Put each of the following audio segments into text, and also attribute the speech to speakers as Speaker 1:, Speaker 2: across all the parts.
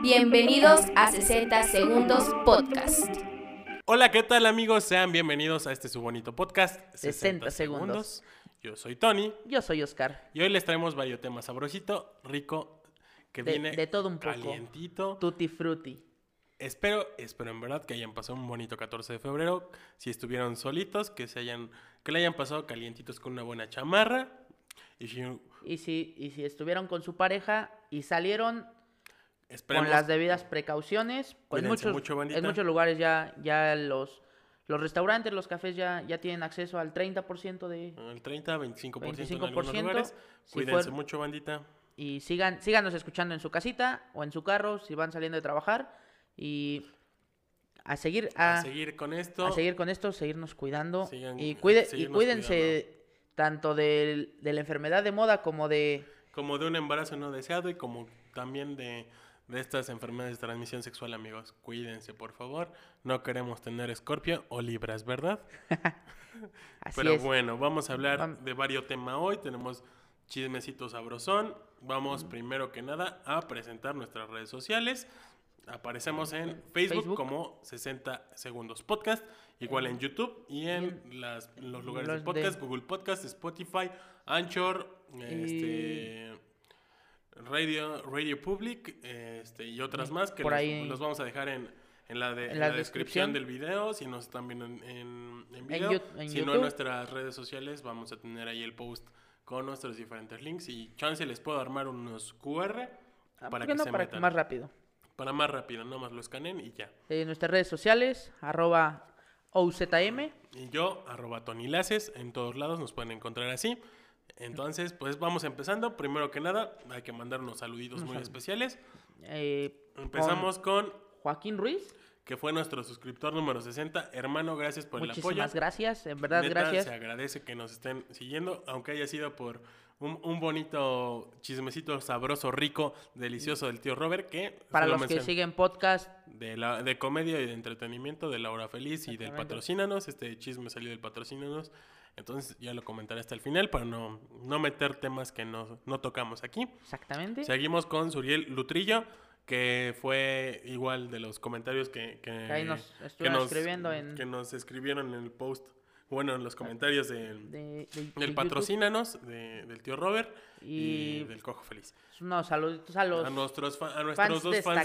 Speaker 1: Bienvenidos a 60 Segundos Podcast.
Speaker 2: Hola, ¿qué tal amigos? Sean bienvenidos a este su bonito podcast.
Speaker 3: 60 segundos.
Speaker 2: Yo soy Tony
Speaker 3: Yo soy Oscar.
Speaker 2: y hoy les traemos varios temas sabrosito, rico, que
Speaker 3: De-
Speaker 2: viene
Speaker 3: de todo un poco.
Speaker 2: calientito.
Speaker 3: Tutti Frutti.
Speaker 2: Espero, espero en verdad que hayan pasado un bonito 14 de febrero. Si estuvieron solitos, que se hayan, que le hayan pasado calientitos con una buena chamarra. Y si
Speaker 3: Y si, y si estuvieron con su pareja y salieron
Speaker 2: esperemos
Speaker 3: con las debidas precauciones, pues
Speaker 2: Cuídense
Speaker 3: en muchos,
Speaker 2: mucho, bandita.
Speaker 3: en muchos lugares ya, ya los, los restaurantes, los cafés ya, ya tienen acceso al 30% de...
Speaker 2: el 30, 25%, en algunos
Speaker 3: 25%,
Speaker 2: lugares.
Speaker 3: si
Speaker 2: Cuídense
Speaker 3: fuer-
Speaker 2: mucho, bandita.
Speaker 3: Y sigan, síganos escuchando en su casita o en su carro si van saliendo de trabajar. Y a seguir, a,
Speaker 2: a seguir con esto.
Speaker 3: Ah, a seguir con esto, seguirnos cuidando.
Speaker 2: Sigan-
Speaker 3: y, cuide- y
Speaker 2: seguirnos
Speaker 3: cuídense tanto del- de la enfermedad de moda como de...
Speaker 2: Como de un embarazo no deseado y como también de, de estas enfermedades de transmisión sexual, amigos. Cuídense, por favor. No queremos tener escorpio o libras, ¿verdad?
Speaker 3: Así
Speaker 2: Pero
Speaker 3: es.
Speaker 2: bueno, vamos a hablar
Speaker 3: Vam-
Speaker 2: de varios temas hoy. Tenemos chismecito sabrosón. Vamos primero que nada a presentar nuestras redes sociales. Aparecemos en Facebook,
Speaker 3: Facebook.
Speaker 2: como 60 Segundos Podcast, igual en YouTube y en las- los lugares de
Speaker 3: los de-
Speaker 2: podcast, Google Podcast, Spotify, Anchor, este, Radio, Radio Public este, y otras más que
Speaker 3: por
Speaker 2: los,
Speaker 3: ahí-
Speaker 2: los vamos a dejar en, en la, de-
Speaker 3: en
Speaker 2: en
Speaker 3: la
Speaker 2: la descripción
Speaker 3: descripción.
Speaker 2: del video, si nos están viendo en, en- en video.
Speaker 3: Yout- en
Speaker 2: si no, en
Speaker 3: YouTube.
Speaker 2: nuestras redes sociales vamos a tener ahí el post con nuestros diferentes links y chance les puedo armar unos QR para
Speaker 3: Ah, ¿por qué
Speaker 2: que
Speaker 3: no?
Speaker 2: se
Speaker 3: Para que
Speaker 2: metan.
Speaker 3: más rápido.
Speaker 2: para más rápido, nada más lo escanen y ya.
Speaker 3: Eh, nuestras redes sociales, arroba OZM.
Speaker 2: Y yo, arroba Tony Laces, en todos lados nos pueden encontrar así. Entonces, pues vamos empezando. Primero que nada, hay que mandar unos saluditos muy especiales.
Speaker 3: eh, con
Speaker 2: Empezamos con
Speaker 3: Joaquín Ruiz.
Speaker 2: que fue nuestro suscriptor número 60. Hermano, gracias por el apoyo.
Speaker 3: Muchísimas gracias, en verdad,
Speaker 2: Neta,
Speaker 3: gracias.
Speaker 2: Se agradece que nos estén siguiendo, aunque haya sido por un, un bonito chismecito sabroso, rico, delicioso del tío Robert, que
Speaker 3: Para
Speaker 2: solo
Speaker 3: los que
Speaker 2: menciona-
Speaker 3: siguen podcast,
Speaker 2: de, la, de comedia y de entretenimiento de Laura Feliz y del
Speaker 3: Exactamente.
Speaker 2: Patrocínanos. Este chisme salió del Patrocínanos. Entonces ya lo comentaré hasta el final para no, no meter temas que no, no tocamos aquí.
Speaker 3: exactamente.
Speaker 2: Seguimos con Suriel Lutrillo, que fue igual de los comentarios que, que,
Speaker 3: ahí nos estuvieron escribiendo en- Ah,
Speaker 2: que nos escribieron en el post. Bueno, en los comentarios del,
Speaker 3: de- de- de
Speaker 2: del
Speaker 3: YouTube.
Speaker 2: Patrocínanos, de- del tío Robert y...
Speaker 3: Y-
Speaker 2: del Cojo Feliz.
Speaker 3: Unos saluditos a los
Speaker 2: a nuestros, fa- a
Speaker 3: fans,
Speaker 2: nuestros dos fans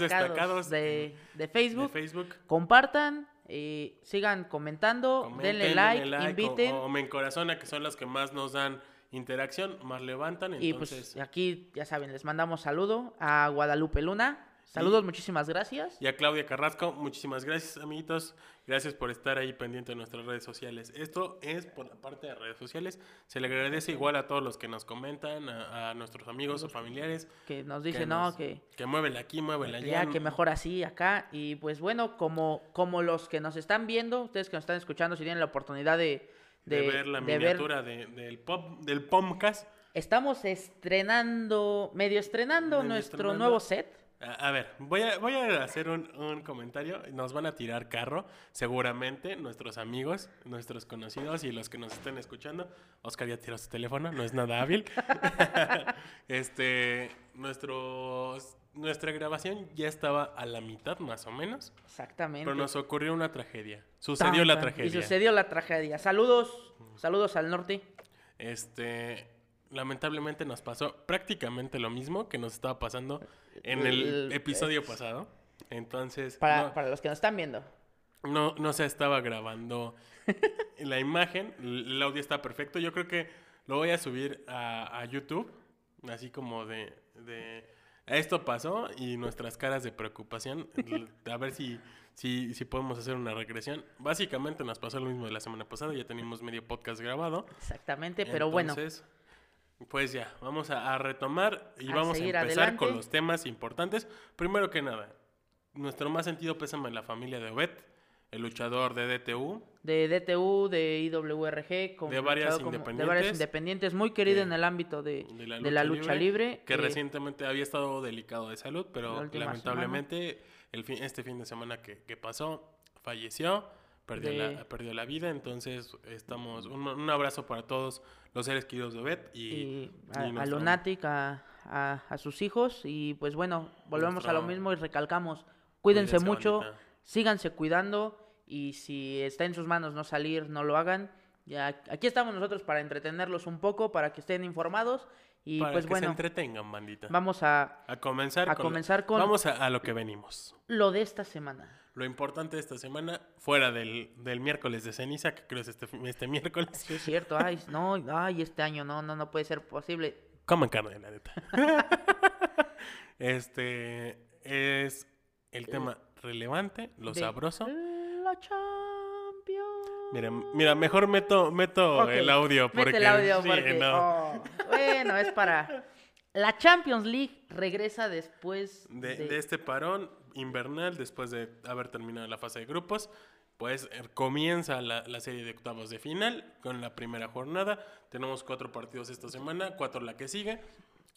Speaker 2: destacados
Speaker 3: destacados de, de
Speaker 2: en-
Speaker 3: Facebook.
Speaker 2: de Facebook.
Speaker 3: Compartan, eh, sigan comentando,
Speaker 2: Comenten,
Speaker 3: denle like,
Speaker 2: o-
Speaker 3: inviten.
Speaker 2: O, me encorazona, que son las que más nos dan interacción, más levantan.
Speaker 3: y
Speaker 2: Entonces,
Speaker 3: pues aquí, ya saben, les mandamos saludo a Guadalupe Luna. Saludos, muchísimas gracias.
Speaker 2: y a Claudia Carrasco, muchísimas gracias, amiguitos. Gracias por estar ahí pendiente de nuestras redes sociales. Esto es por la parte de redes sociales. Se le agradece igual a todos los que nos comentan, a, a nuestros amigos o familiares.
Speaker 3: Que nos dice,
Speaker 2: que
Speaker 3: no,
Speaker 2: nos-
Speaker 3: que
Speaker 2: Que muévela aquí, muévela allá.
Speaker 3: ya, que mejor así, acá. Y pues bueno, como, como los que nos están viendo, ustedes que nos están escuchando, si tienen la oportunidad de,
Speaker 2: De, ver la
Speaker 3: de ver-
Speaker 2: miniatura de- del, pop, del podcast.
Speaker 3: Estamos estrenando, medio estrenando
Speaker 2: Medio
Speaker 3: nuestro
Speaker 2: estrenando.
Speaker 3: nuevo set.
Speaker 2: A a ver, voy a, voy a hacer un, un comentario. Nos van a tirar carro, seguramente, nuestros amigos, nuestros conocidos y los que nos estén escuchando. Oscar ya tiró su teléfono, no es nada hábil. este, nuestros, nuestra grabación ya estaba a la mitad, más o menos.
Speaker 3: Exactamente.
Speaker 2: Pero nos ocurrió una tragedia.
Speaker 3: Tan,
Speaker 2: Sucedió la
Speaker 3: tan.
Speaker 2: tragedia.
Speaker 3: Y sucedió la tragedia. Saludos, saludos al norte.
Speaker 2: Este, lamentablemente nos pasó prácticamente lo mismo que nos estaba pasando en el
Speaker 3: El-
Speaker 2: episodio pasado. Entonces,
Speaker 3: Para,
Speaker 2: no-
Speaker 3: para los que nos están viendo.
Speaker 2: No, no se estaba grabando la imagen. El audio está perfecto. Yo creo que lo voy a subir a, a YouTube. Así como de, de, Esto pasó y nuestras caras de preocupación. A ver si, si, si podemos hacer una regresión. Básicamente nos pasó lo mismo de la semana pasada. Ya teníamos medio podcast grabado.
Speaker 3: Exactamente, Este, pero bueno.
Speaker 2: Entonces, Pues ya, vamos a, a retomar y
Speaker 3: A
Speaker 2: vamos a
Speaker 3: seguir
Speaker 2: empezar con
Speaker 3: adelante.
Speaker 2: los temas importantes. Primero que nada, nuestro más sentido pésame a la familia de Obed, el luchador de DTU,
Speaker 3: De DTU, de IWRG, como
Speaker 2: De varias
Speaker 3: luchado como- de
Speaker 2: independientes.
Speaker 3: varias independientes, muy querido
Speaker 2: Que-
Speaker 3: en el ámbito de,
Speaker 2: de la lucha,
Speaker 3: libre.
Speaker 2: que
Speaker 3: eh,
Speaker 2: recientemente había estado delicado de salud,
Speaker 3: la
Speaker 2: pero
Speaker 3: última
Speaker 2: lamentablemente el fin, este fin de semana que, que pasó falleció, perdió,
Speaker 3: De-
Speaker 2: la, perdió la vida, entonces estamos un, un abrazo para todos los seres queridos de Obed y,
Speaker 3: y
Speaker 2: y
Speaker 3: a, a
Speaker 2: nuestro-
Speaker 3: Lunatic, a, a, a sus hijos. Y pues bueno, volvemos
Speaker 2: Nuestra-
Speaker 3: a lo mismo y recalcamos, cuídense,
Speaker 2: Cuídense,
Speaker 3: mucho,
Speaker 2: bandita.
Speaker 3: síganse cuidando y si está en sus manos no salir, no lo hagan. Ya, aquí estamos nosotros para entretenerlos un poco, para que estén informados y
Speaker 2: Para
Speaker 3: pues
Speaker 2: que se
Speaker 3: bueno,
Speaker 2: entretengan, bandita.
Speaker 3: vamos a
Speaker 2: a comenzar,
Speaker 3: a
Speaker 2: con,
Speaker 3: comenzar con-
Speaker 2: Vamos a, a lo que venimos.
Speaker 3: lo de esta semana.
Speaker 2: Lo importante de esta semana, fuera del, del miércoles de ceniza, que creo es este, este miércoles,
Speaker 3: Sí, es cierto, ay, no, ay, este año no, no, no puede ser posible.
Speaker 2: coman carne, la neta. este es el tema relevante, lo
Speaker 3: de
Speaker 2: sabroso.
Speaker 3: La Champions.
Speaker 2: Mira, mira, mejor meto, meto
Speaker 3: Ok,
Speaker 2: el audio
Speaker 3: mete
Speaker 2: porque,
Speaker 3: el audio
Speaker 2: sí,
Speaker 3: porque-
Speaker 2: no.
Speaker 3: oh, bueno, es para... La Champions League regresa después
Speaker 2: de, de este parón invernal, después de haber terminado la fase de grupos, pues eh, comienza la, la serie de octavos de final con la primera jornada. Tenemos cuatro partidos esta semana, cuatro la que sigue.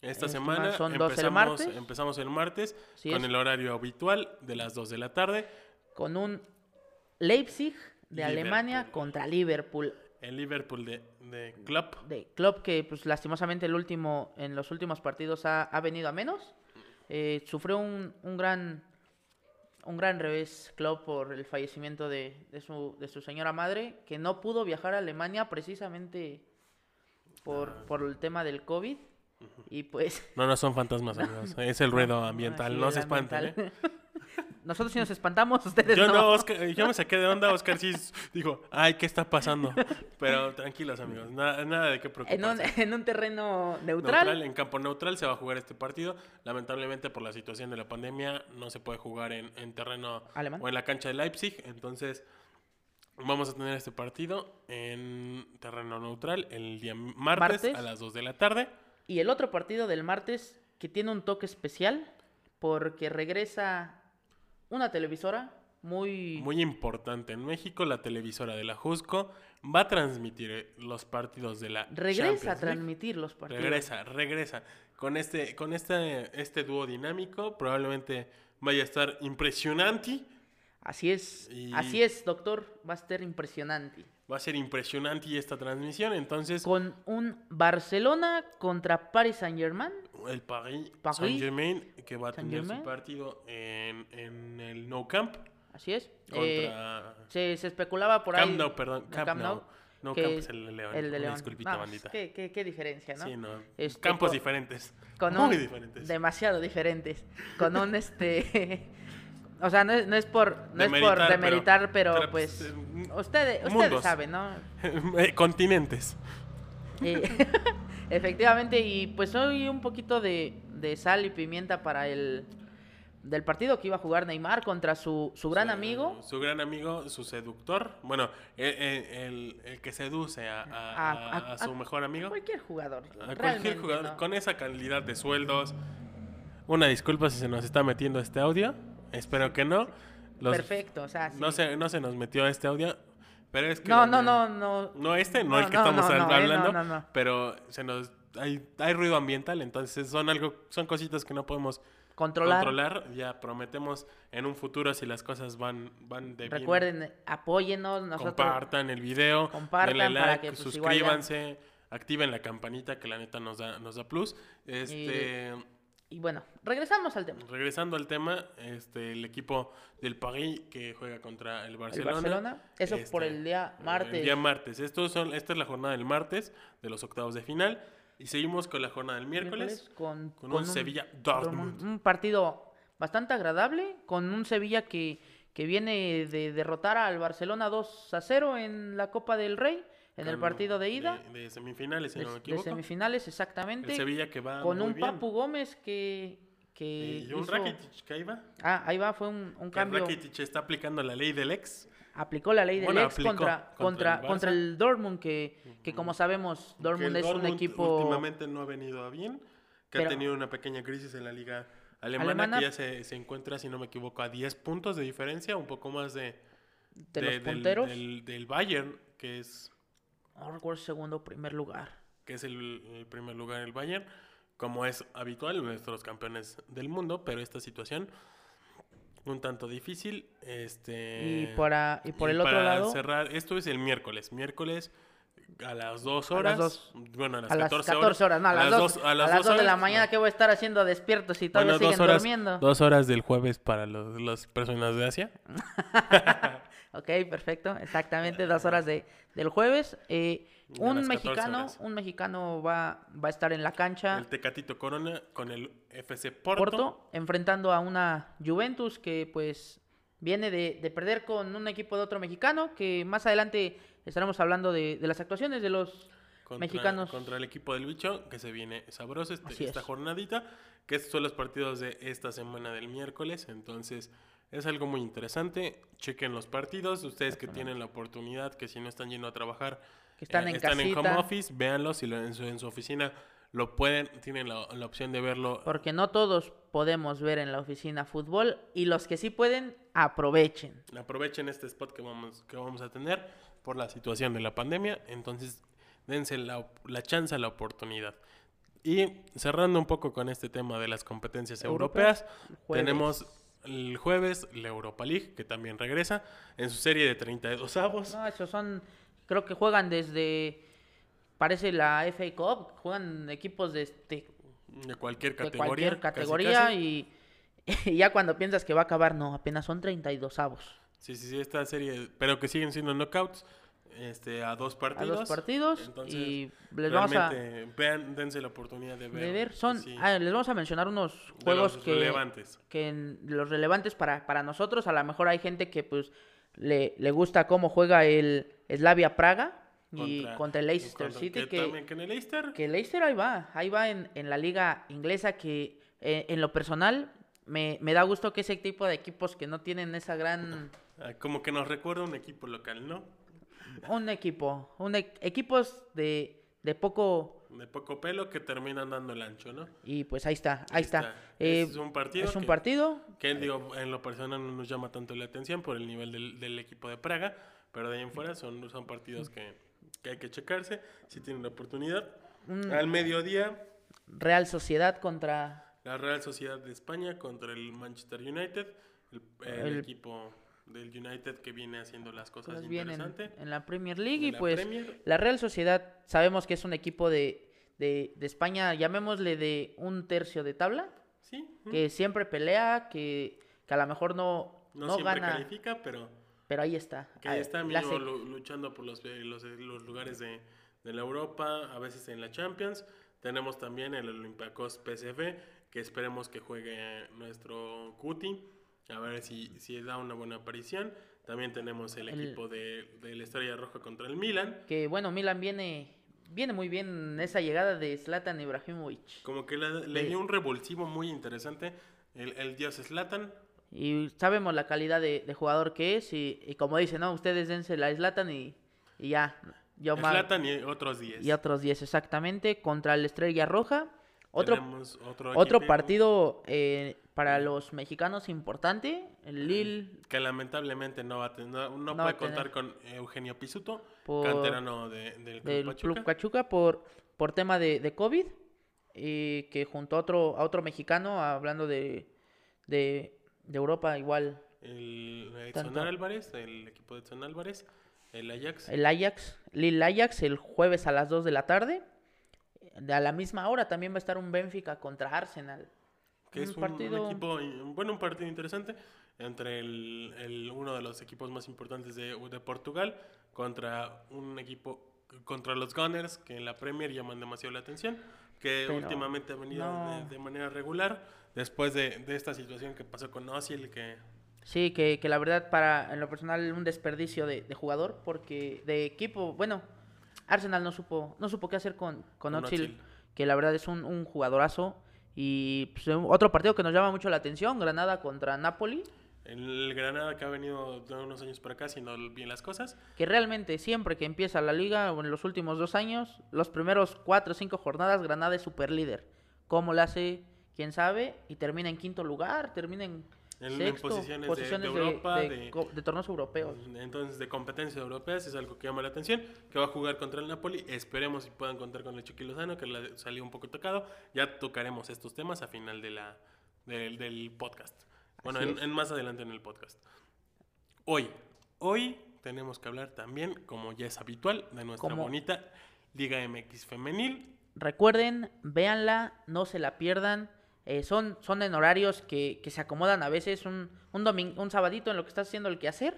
Speaker 2: Esta
Speaker 3: Es
Speaker 2: semana
Speaker 3: más, son dos el
Speaker 2: empezamos,
Speaker 3: martes.
Speaker 2: empezamos el martes
Speaker 3: Así
Speaker 2: con
Speaker 3: es.
Speaker 2: el horario habitual de las 2 de la tarde.
Speaker 3: con un Leipzig de
Speaker 2: Liverpool.
Speaker 3: Alemania contra Liverpool
Speaker 2: El Liverpool de, de Klopp.
Speaker 3: de Klopp que pues lastimosamente el último en los últimos partidos ha, ha venido a menos Eh, sufrió un, un gran un gran revés Klopp por el fallecimiento de, de su, de su señora madre que no pudo viajar a Alemania precisamente por, por el tema del COVID y pues
Speaker 2: No, no son fantasmas, amigos. Es el ruido ambiental.
Speaker 3: así
Speaker 2: no
Speaker 3: el
Speaker 2: se espanten. ¿eh?
Speaker 3: ambiental. Nosotros sí nos espantamos, ustedes
Speaker 2: Yo
Speaker 3: no.
Speaker 2: no, Oscar, yo me saqué de onda, Oscar sí dijo, ay, ¿qué está pasando? Pero tranquilos, amigos, nada, nada de qué
Speaker 3: En un,
Speaker 2: preocuparse.
Speaker 3: en un terreno neutral.
Speaker 2: Neutral, en campo neutral se va a jugar este partido. Lamentablemente por la situación de la pandemia no se puede jugar en, en terreno
Speaker 3: Alemán.
Speaker 2: o en la cancha de Leipzig. Entonces vamos a tener este partido en terreno neutral el día martes,
Speaker 3: Martes.
Speaker 2: a las 2 de la tarde.
Speaker 3: Y el otro partido del martes que tiene un toque especial porque regresa una televisora muy...
Speaker 2: Muy importante en México, la televisora de la Jusco va a transmitir eh, los partidos de la
Speaker 3: regresa a
Speaker 2: Champions League.
Speaker 3: transmitir los partidos.
Speaker 2: Regresa, regresa. Con este, con este, este dúo dinámico, probablemente vaya a estar impresionante.
Speaker 3: Así es,
Speaker 2: Y-
Speaker 3: así es, doctor. Va a ser impresionante.
Speaker 2: Va a ser impresionante esta transmisión. Entonces,
Speaker 3: Con un Barcelona contra Paris Saint-Germain.
Speaker 2: el Paris,
Speaker 3: Paris
Speaker 2: Saint Germain, que va a tener su
Speaker 3: Saint-Germain.
Speaker 2: partido en, en el No Camp
Speaker 3: Así es. eh,
Speaker 2: contra
Speaker 3: se, se especulaba por ahí.
Speaker 2: Camp Nou, perdón,
Speaker 3: no,
Speaker 2: Camp, Nou. No
Speaker 3: que
Speaker 2: Camp es el de León.
Speaker 3: el de
Speaker 2: una
Speaker 3: León.
Speaker 2: disculpita,
Speaker 3: No, pues,
Speaker 2: bandita.
Speaker 3: ¿qué, qué, qué diferencia, ¿no?
Speaker 2: Sí, no.
Speaker 3: Este,
Speaker 2: Campos
Speaker 3: con-
Speaker 2: diferentes.
Speaker 3: con
Speaker 2: muy
Speaker 3: un-
Speaker 2: diferentes.
Speaker 3: demasiado diferentes con un este o sea no es, no es por no
Speaker 2: Demeritar,
Speaker 3: es por
Speaker 2: pero-
Speaker 3: demeritar pero,
Speaker 2: pero, pues,
Speaker 3: pues
Speaker 2: eh,
Speaker 3: ustedes ustedes
Speaker 2: mundos.
Speaker 3: saben no
Speaker 2: Eh, Continentes.
Speaker 3: Eh, efectivamente y pues hoy un poquito de, de sal y pimienta para el del partido que iba a jugar Neymar contra su su gran
Speaker 2: Su-
Speaker 3: amigo
Speaker 2: Su gran amigo, su seductor. Bueno, el, el- el- el que seduce a, a-
Speaker 3: A-
Speaker 2: a-
Speaker 3: a-
Speaker 2: a su
Speaker 3: a-
Speaker 2: mejor amigo.
Speaker 3: cualquier jugador
Speaker 2: A
Speaker 3: realmente,
Speaker 2: cualquier jugador
Speaker 3: ¿no?
Speaker 2: con esa calidad de sueldos. Una disculpa si se nos está metiendo este audio. Espero que no. Los-
Speaker 3: perfecto o sea sí.
Speaker 2: No se, no se nos metió este audio. Pero es que.
Speaker 3: no, no
Speaker 2: donde-
Speaker 3: no no
Speaker 2: No este, no,
Speaker 3: No,
Speaker 2: el que
Speaker 3: no,
Speaker 2: estamos
Speaker 3: no, no, eh, no,
Speaker 2: hablando.
Speaker 3: no, no.
Speaker 2: Pero se nos. Hay, hay ruido ambiental, entonces son algo, son cositas que no podemos
Speaker 3: controlar,
Speaker 2: controlar. Ya prometemos en un futuro si las cosas van, van de bien.
Speaker 3: recuerden apóyennos nosotros
Speaker 2: compartan el video,
Speaker 3: Compartan
Speaker 2: denle
Speaker 3: para
Speaker 2: like,
Speaker 3: que, pues, igual ya-
Speaker 2: suscríbanse, activen la campanita que la neta nos da, nos da plus. Este,
Speaker 3: y bueno regresamos al tema
Speaker 2: regresando al tema, este, el equipo del París que juega contra el
Speaker 3: El
Speaker 2: Barcelona.
Speaker 3: Barcelona. Eso
Speaker 2: este,
Speaker 3: por el día martes.
Speaker 2: El día martes. Estos son, esta es la jornada del martes de los octavos de final y seguimos con la jornada del miércoles.
Speaker 3: con,
Speaker 2: con un Sevilla Dortmund.
Speaker 3: Un, partido bastante agradable. Con un Sevilla que, que viene de derrotar al Barcelona 2 a 0 en la Copa del Rey. En el
Speaker 2: Con-
Speaker 3: partido de ida.
Speaker 2: De, de semifinales, si
Speaker 3: de-
Speaker 2: no me
Speaker 3: de
Speaker 2: equivoco.
Speaker 3: semifinales, exactamente.
Speaker 2: el Sevilla que va
Speaker 3: con
Speaker 2: muy
Speaker 3: un
Speaker 2: bien. Eh,
Speaker 3: Papu Gómez que. que
Speaker 2: y un
Speaker 3: hizo-
Speaker 2: Rakitic que ahí va.
Speaker 3: Ah, ahí va, fue un, un
Speaker 2: Que
Speaker 3: cambio.
Speaker 2: Rakitic está aplicando la ley del ex.
Speaker 3: Aplicó la ley del
Speaker 2: Bueno,
Speaker 3: ex
Speaker 2: aplicó
Speaker 3: contra,
Speaker 2: contra
Speaker 3: contra,
Speaker 2: el Barça.
Speaker 3: contra el Dortmund, que, que como sabemos,
Speaker 2: que el
Speaker 3: Dortmund es un
Speaker 2: Dortmund
Speaker 3: equipo.
Speaker 2: Últimamente no ha venido a bien, que ha
Speaker 3: Pero-
Speaker 2: tenido una pequeña crisis en la liga alemana,
Speaker 3: Alemana.
Speaker 2: que ya se, se encuentra, si no me equivoco, a 10 puntos de diferencia, un poco más de,
Speaker 3: de, los
Speaker 2: del-
Speaker 3: punteros.
Speaker 2: Del, del Bayern, que es,
Speaker 3: No recuerdo segundo primer lugar.
Speaker 2: que es el, el primer lugar el Bayern, como es habitual, nuestros campeones del mundo, pero esta situación un tanto difícil. Este,
Speaker 3: y para y por
Speaker 2: Y
Speaker 3: el otro
Speaker 2: para
Speaker 3: lado
Speaker 2: cerrar, esto es el miércoles. Miércoles A las 2
Speaker 3: A las
Speaker 2: horas.
Speaker 3: dos.
Speaker 2: Bueno, a las,
Speaker 3: a las
Speaker 2: 14,
Speaker 3: 14 horas. no, a las, 2,
Speaker 2: dos-
Speaker 3: a las 2 de
Speaker 2: horas,
Speaker 3: la
Speaker 2: no.
Speaker 3: mañana, ¿qué voy a estar haciendo despierto si todavía
Speaker 2: Bueno, dos
Speaker 3: siguen
Speaker 2: horas,
Speaker 3: durmiendo?
Speaker 2: dos horas del jueves para los- las personas de Asia.
Speaker 3: Ok, perfecto, exactamente, dos horas de, del jueves. Eh,
Speaker 2: Y a
Speaker 3: un
Speaker 2: las 14
Speaker 3: mexicano,
Speaker 2: horas.
Speaker 3: un mexicano va, va a estar en la cancha
Speaker 2: El Tecatito Corona con el FC
Speaker 3: Porto,
Speaker 2: Porto.
Speaker 3: enfrentando a una Juventus que pues viene de, de perder con un equipo de otro mexicano, que más adelante estaremos hablando de, de las actuaciones de los
Speaker 2: contra,
Speaker 3: mexicanos.
Speaker 2: Contra el equipo del bicho, que se viene sabroso este-
Speaker 3: Así
Speaker 2: esta
Speaker 3: es.
Speaker 2: jornadita. Que estos son los partidos de esta semana del miércoles. Entonces, es algo muy interesante. Chequen los partidos. Ustedes que tienen la oportunidad, que si no están yendo a trabajar,
Speaker 3: Que están en
Speaker 2: Eh, home
Speaker 3: casita.
Speaker 2: office, véanlos. Si lo- en, su, en su oficina lo pueden, tienen la, la opción de verlo.
Speaker 3: Porque no todos podemos ver en la oficina fútbol y los que sí pueden, aprovechen.
Speaker 2: Aprovechen este spot que vamos, que vamos a tener por la situación de la pandemia. Entonces, dense la, op- la chance, la oportunidad. Y cerrando un poco con este tema de las competencias
Speaker 3: Europeas,
Speaker 2: europeas,
Speaker 3: jueves.
Speaker 2: tenemos el jueves la Europa League, que también regresa en su serie de 32 avos.
Speaker 3: No, esos son, creo que juegan desde, parece la FA Cup, juegan equipos de, este-
Speaker 2: De cualquier
Speaker 3: de
Speaker 2: categoría.
Speaker 3: cualquier
Speaker 2: casi,
Speaker 3: categoría
Speaker 2: casi.
Speaker 3: Y, y ya cuando piensas que va a acabar, no, apenas son 32 avos.
Speaker 2: Sí, sí, sí, esta serie, pero que siguen siendo knockouts este, a dos
Speaker 3: A
Speaker 2: partidos.
Speaker 3: dos partidos
Speaker 2: Entonces,
Speaker 3: y les vamos a
Speaker 2: realmente, vean, dense la oportunidad de ver.
Speaker 3: de ver, son,
Speaker 2: sí,
Speaker 3: ah, les vamos a mencionar unos
Speaker 2: de
Speaker 3: juegos
Speaker 2: los
Speaker 3: que...
Speaker 2: relevantes.
Speaker 3: que en- los relevantes para, para nosotros, a lo mejor hay gente que pues le, le gusta cómo juega el Slavia Praga y contra, el Leicester
Speaker 2: contra-
Speaker 3: City,
Speaker 2: que,
Speaker 3: que,
Speaker 2: también que en el Leicester
Speaker 3: que Leicester ahí va, ahí va en, en la liga inglesa que eh, en lo personal me, me da gusto que ese tipo de equipos que no tienen esa gran...
Speaker 2: ah, como que nos recuerda un equipo local, ¿no?
Speaker 3: Un equipo, un e- equipos de, de poco...
Speaker 2: De poco pelo que terminan dando el ancho, ¿no?
Speaker 3: Y pues ahí está, ahí está. Eh,
Speaker 2: es un partido
Speaker 3: es un
Speaker 2: que-
Speaker 3: partido,
Speaker 2: Que digo, en lo personal no nos llama tanto la atención por el nivel del, del equipo de Praga, pero de ahí en fuera son, son partidos que, que hay que checarse si tienen la oportunidad.
Speaker 3: Mm.
Speaker 2: Al mediodía,
Speaker 3: Real Sociedad contra
Speaker 2: la Real Sociedad de España contra el Manchester United, el, el
Speaker 3: El-
Speaker 2: equipo del United que viene haciendo las cosas
Speaker 3: Pues bien en,
Speaker 2: interesantes.
Speaker 3: en la Premier League
Speaker 2: de
Speaker 3: y
Speaker 2: la
Speaker 3: pues
Speaker 2: Premier.
Speaker 3: la Real Sociedad sabemos que es un equipo de, de, de España, llamémosle de un tercio de tabla,
Speaker 2: Sí,
Speaker 3: que siempre pelea, que, que a lo mejor no,
Speaker 2: no,
Speaker 3: no,
Speaker 2: siempre
Speaker 3: gana,
Speaker 2: califica, pero
Speaker 3: pero ahí está.
Speaker 2: que ahí
Speaker 3: Ah,
Speaker 2: está
Speaker 3: la
Speaker 2: mínimo
Speaker 3: se-
Speaker 2: lu- luchando por los, eh, los, eh, los lugares de, de la Europa, a veces en la Champions. Tenemos también el Olympiacos PSV, que esperemos que juegue nuestro Cuti, a ver si, si da una buena aparición. También tenemos el,
Speaker 3: El-
Speaker 2: equipo de, de la Estrella Roja contra el Milan.
Speaker 3: Que bueno, Milan viene, viene muy bien esa llegada de Zlatan Ibrahimovic.
Speaker 2: Como que la- le
Speaker 3: Sí.
Speaker 2: dio un revulsivo muy interesante el, el dios Slatan.
Speaker 3: Y sabemos la calidad de, de jugador que es y, y como dicen, no, ustedes dense la Zlatan y, y ya. Yo ma-
Speaker 2: Slatan y otros 10.
Speaker 3: y otros 10 exactamente contra el Estrella Roja. Otro,
Speaker 2: Tenemos otro,
Speaker 3: otro
Speaker 2: equipo
Speaker 3: partido eh, para los mexicanos importante, el Lille
Speaker 2: Que lamentablemente no va a tener, no, puede
Speaker 3: va a
Speaker 2: contar
Speaker 3: tener.
Speaker 2: con Eugenio Pisuto,
Speaker 3: Por-
Speaker 2: canterano de- del Club
Speaker 3: del
Speaker 2: Pachuca.
Speaker 3: Club Cachuca por, por tema de, de COVID, y que junto a otro, a otro mexicano, hablando de, de, de Europa igual,
Speaker 2: El Edson
Speaker 3: Tanto.
Speaker 2: Álvarez, el equipo de Edson Álvarez, el Ajax.
Speaker 3: el Ajax, Lille Ajax el jueves a las 2 de la tarde. De A la misma hora también va a estar un Benfica contra Arsenal.
Speaker 2: que es
Speaker 3: un
Speaker 2: un, un
Speaker 3: partido-
Speaker 2: equipo, in- bueno, un partido interesante entre el, el- uno de los equipos más importantes de, de Portugal contra un equipo, contra los Gunners, que en la Premier llaman demasiado la atención, que
Speaker 3: Pero
Speaker 2: últimamente ha venido de,
Speaker 3: no.
Speaker 2: de manera regular, después de, de esta situación que pasó con Ozil, que
Speaker 3: Sí, que, que la verdad para en lo personal un desperdicio de, de jugador porque de equipo, bueno, Arsenal no supo no supo qué hacer con, con
Speaker 2: Con
Speaker 3: Özil,
Speaker 2: Özil.
Speaker 3: que la verdad es un, un jugadorazo y pues, un- otro partido que nos llama mucho la atención, Granada contra Napoli,
Speaker 2: el Granada que ha venido de unos años para acá haciendo bien las cosas,
Speaker 3: que realmente siempre que empieza la liga o en los últimos dos años, los primeros cuatro o cinco jornadas Granada es super líder. ¿Cómo lo hace? ¿Quién sabe? Y termina en quinto lugar, termina en,
Speaker 2: En- en
Speaker 3: sexto,
Speaker 2: posiciones de- de
Speaker 3: posiciones de,
Speaker 2: Europa,
Speaker 3: de
Speaker 2: de-
Speaker 3: co- de torneos europeos.
Speaker 2: Entonces, de competencias europeas es algo que llama la atención, que va a jugar contra el Napoli. Esperemos si puedan contar con el Chucky Lozano, que la- salió un poco tocado. Ya tocaremos estos temas a final de la, del- del podcast. Bueno,
Speaker 3: Así
Speaker 2: en-
Speaker 3: es.
Speaker 2: en más adelante en el podcast. Hoy, hoy tenemos que hablar también, como ya es habitual, de nuestra
Speaker 3: Como-
Speaker 2: bonita Liga MX femenil.
Speaker 3: Recuerden, véanla, no se la pierdan. Eh, son, son en horarios que, que se acomodan a veces un, un, domin- un sabadito en lo que estás haciendo el quehacer,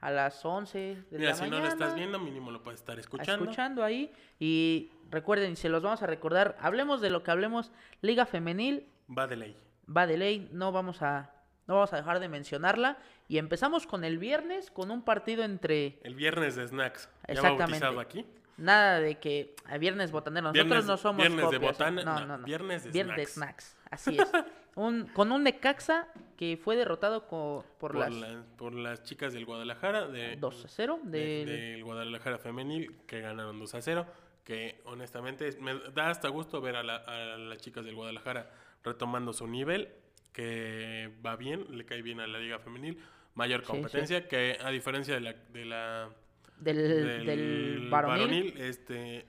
Speaker 3: a las 11 de
Speaker 2: Mira,
Speaker 3: la
Speaker 2: si
Speaker 3: mañana.
Speaker 2: no lo estás viendo, mínimo lo puedes estar escuchando.
Speaker 3: escuchando ahí. Y recuerden, y se los vamos a recordar, hablemos de lo que hablemos, Liga Femenil
Speaker 2: Va de ley.
Speaker 3: va de ley, no vamos a, no vamos a dejar de mencionarla. Y empezamos con el viernes, con un partido entre
Speaker 2: El viernes de snacks. Ya
Speaker 3: Exactamente.
Speaker 2: bautizado aquí.
Speaker 3: nada de que a viernes botanero, nosotros
Speaker 2: Viernes-
Speaker 3: no somos
Speaker 2: viernes de
Speaker 3: copias,
Speaker 2: botana-
Speaker 3: no,
Speaker 2: no,
Speaker 3: no, no.
Speaker 2: viernes de
Speaker 3: snacks, así es. Un, con un Necaxa que fue derrotado co- por,
Speaker 2: Por,
Speaker 3: las
Speaker 2: las... por las chicas del Guadalajara. De,
Speaker 3: 2 a 0
Speaker 2: de-
Speaker 3: del
Speaker 2: del Guadalajara femenil que ganaron 2 a 0. Que honestamente es- me da hasta gusto ver a, la- a las chicas del Guadalajara retomando su nivel, que va bien, le cae bien a la liga femenil, mayor
Speaker 3: Sí, sí.
Speaker 2: competencia, que a diferencia de la, de la
Speaker 3: del, del varonil.
Speaker 2: este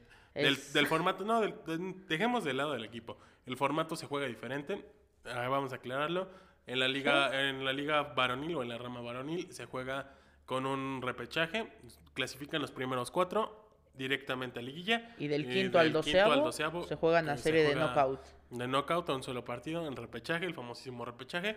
Speaker 2: del,
Speaker 3: Es-
Speaker 2: del formato no del- del- dejemos de lado el equipo el formato se juega diferente ah, vamos a aclararlo en la liga en la liga varonil o en la rama varonil se juega con un repechaje clasifican los primeros cuatro directamente a liguilla
Speaker 3: Y del quinto al doceavo se juega en la
Speaker 2: eh, se
Speaker 3: serie de
Speaker 2: juega
Speaker 3: knockout.
Speaker 2: de knockout a un solo partido en repechaje el famosísimo repechaje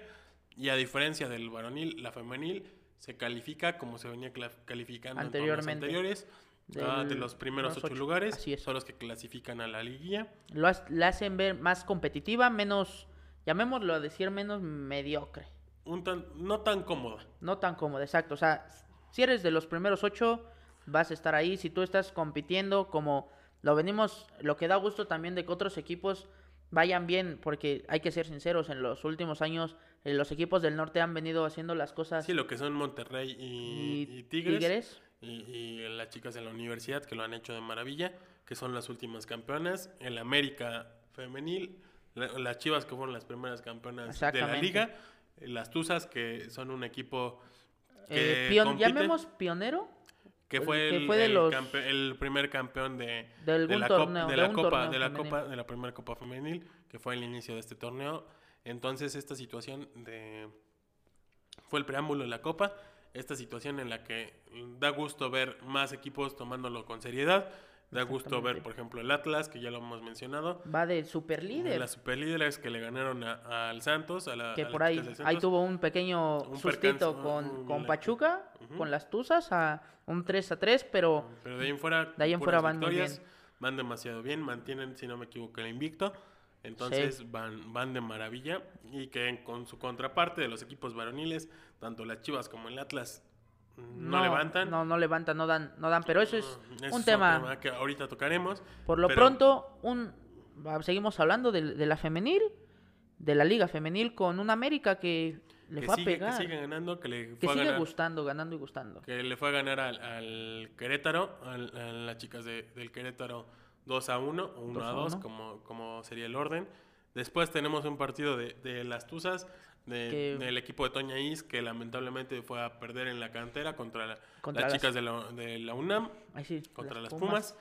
Speaker 2: y a diferencia del varonil la femenil se califica como se venía cla- calificando en torneos
Speaker 3: Anteriormente.
Speaker 2: anteriores Ah, de
Speaker 3: del-
Speaker 2: los primeros
Speaker 3: primeros
Speaker 2: ocho,
Speaker 3: ocho.
Speaker 2: lugares
Speaker 3: Así es.
Speaker 2: son los que clasifican a la liguilla.
Speaker 3: Lo has- la hacen ver más competitiva, menos, llamémoslo a decir, menos mediocre.
Speaker 2: Un tan- no tan cómoda.
Speaker 3: No tan cómoda, exacto. O sea, si eres de los primeros ocho, vas a estar ahí. Si tú estás compitiendo, como lo venimos, lo que da gusto también de que otros equipos vayan bien, porque hay que ser sinceros, en los últimos años eh, los equipos del norte han venido haciendo las cosas
Speaker 2: Sí, lo que son Monterrey y, y Tigres. Y, y las chicas de la universidad que lo han hecho de maravilla, que son las últimas campeonas. El América femenil, la- las Chivas que fueron las primeras campeonas de la
Speaker 3: Exactamente.
Speaker 2: liga. Las Tuzas que son un equipo
Speaker 3: Eh,
Speaker 2: que
Speaker 3: pion-
Speaker 2: compite,
Speaker 3: llamemos pionero
Speaker 2: que fue,
Speaker 3: que
Speaker 2: el,
Speaker 3: fue de
Speaker 2: el
Speaker 3: los-
Speaker 2: campe- el primer campeón de,
Speaker 3: de algún
Speaker 2: de la, cop-
Speaker 3: torneo.
Speaker 2: de la
Speaker 3: un
Speaker 2: copa,
Speaker 3: torneo
Speaker 2: de la
Speaker 3: femenil.
Speaker 2: copa, de la primera copa femenil, que fue el inicio de este torneo. Entonces, esta situación de fue el preámbulo de la copa, esta situación en la que da gusto ver más equipos tomándolo con seriedad, da gusto ver,
Speaker 3: Exactamente.
Speaker 2: por ejemplo, el Atlas, que ya lo hemos mencionado,
Speaker 3: Va de super líder.
Speaker 2: las superlíderes que le ganaron a- al Santos, a la
Speaker 3: que
Speaker 2: a las
Speaker 3: por ahí,
Speaker 2: chicas del
Speaker 3: ahí
Speaker 2: Santos.
Speaker 3: tuvo un pequeño
Speaker 2: Un
Speaker 3: sustito
Speaker 2: percance,
Speaker 3: con,
Speaker 2: un-
Speaker 3: con
Speaker 2: la-
Speaker 3: Pachuca,
Speaker 2: Ujú.
Speaker 3: con las Tuzas, a un 3 a 3, pero
Speaker 2: Pero de ahí en fuera,
Speaker 3: De ahí en fuera
Speaker 2: puras
Speaker 3: van muy
Speaker 2: victorias,
Speaker 3: bien.
Speaker 2: Van demasiado bien, mantienen, si no me equivoco, el invicto. Entonces van, van de maravilla y que en- con su contraparte de los equipos varoniles, tanto las Chivas como el Atlas no, levantan. Mm,
Speaker 3: No, no levantan, no dan, no dan, pero eso es un tema.
Speaker 2: que ahorita tocaremos.
Speaker 3: Por lo
Speaker 2: pero
Speaker 3: pronto, un va- seguimos hablando de, de la femenil, de la liga femenil con un América que le
Speaker 2: que
Speaker 3: fue
Speaker 2: sigue,
Speaker 3: a pegar,
Speaker 2: Que sigue
Speaker 3: que
Speaker 2: ganando, que le,
Speaker 3: sigue
Speaker 2: fue a ganar,
Speaker 3: gustando, ganando y gustando.
Speaker 2: que le fue a ganar al, al Querétaro, al- a las chicas de- del Querétaro 2 a 1 o 1
Speaker 3: Dos
Speaker 2: a
Speaker 3: a
Speaker 2: 2,
Speaker 3: uno.
Speaker 2: como, como sería el orden. Después tenemos un partido de, de las Tuzas, de-
Speaker 3: Que-
Speaker 2: del equipo de Toña Is, que lamentablemente fue a perder en la cantera contra, la-
Speaker 3: Contra
Speaker 2: las
Speaker 3: las-
Speaker 2: chicas de la, de la UNAM,
Speaker 3: Ay, sí,
Speaker 2: contra las, Pumas.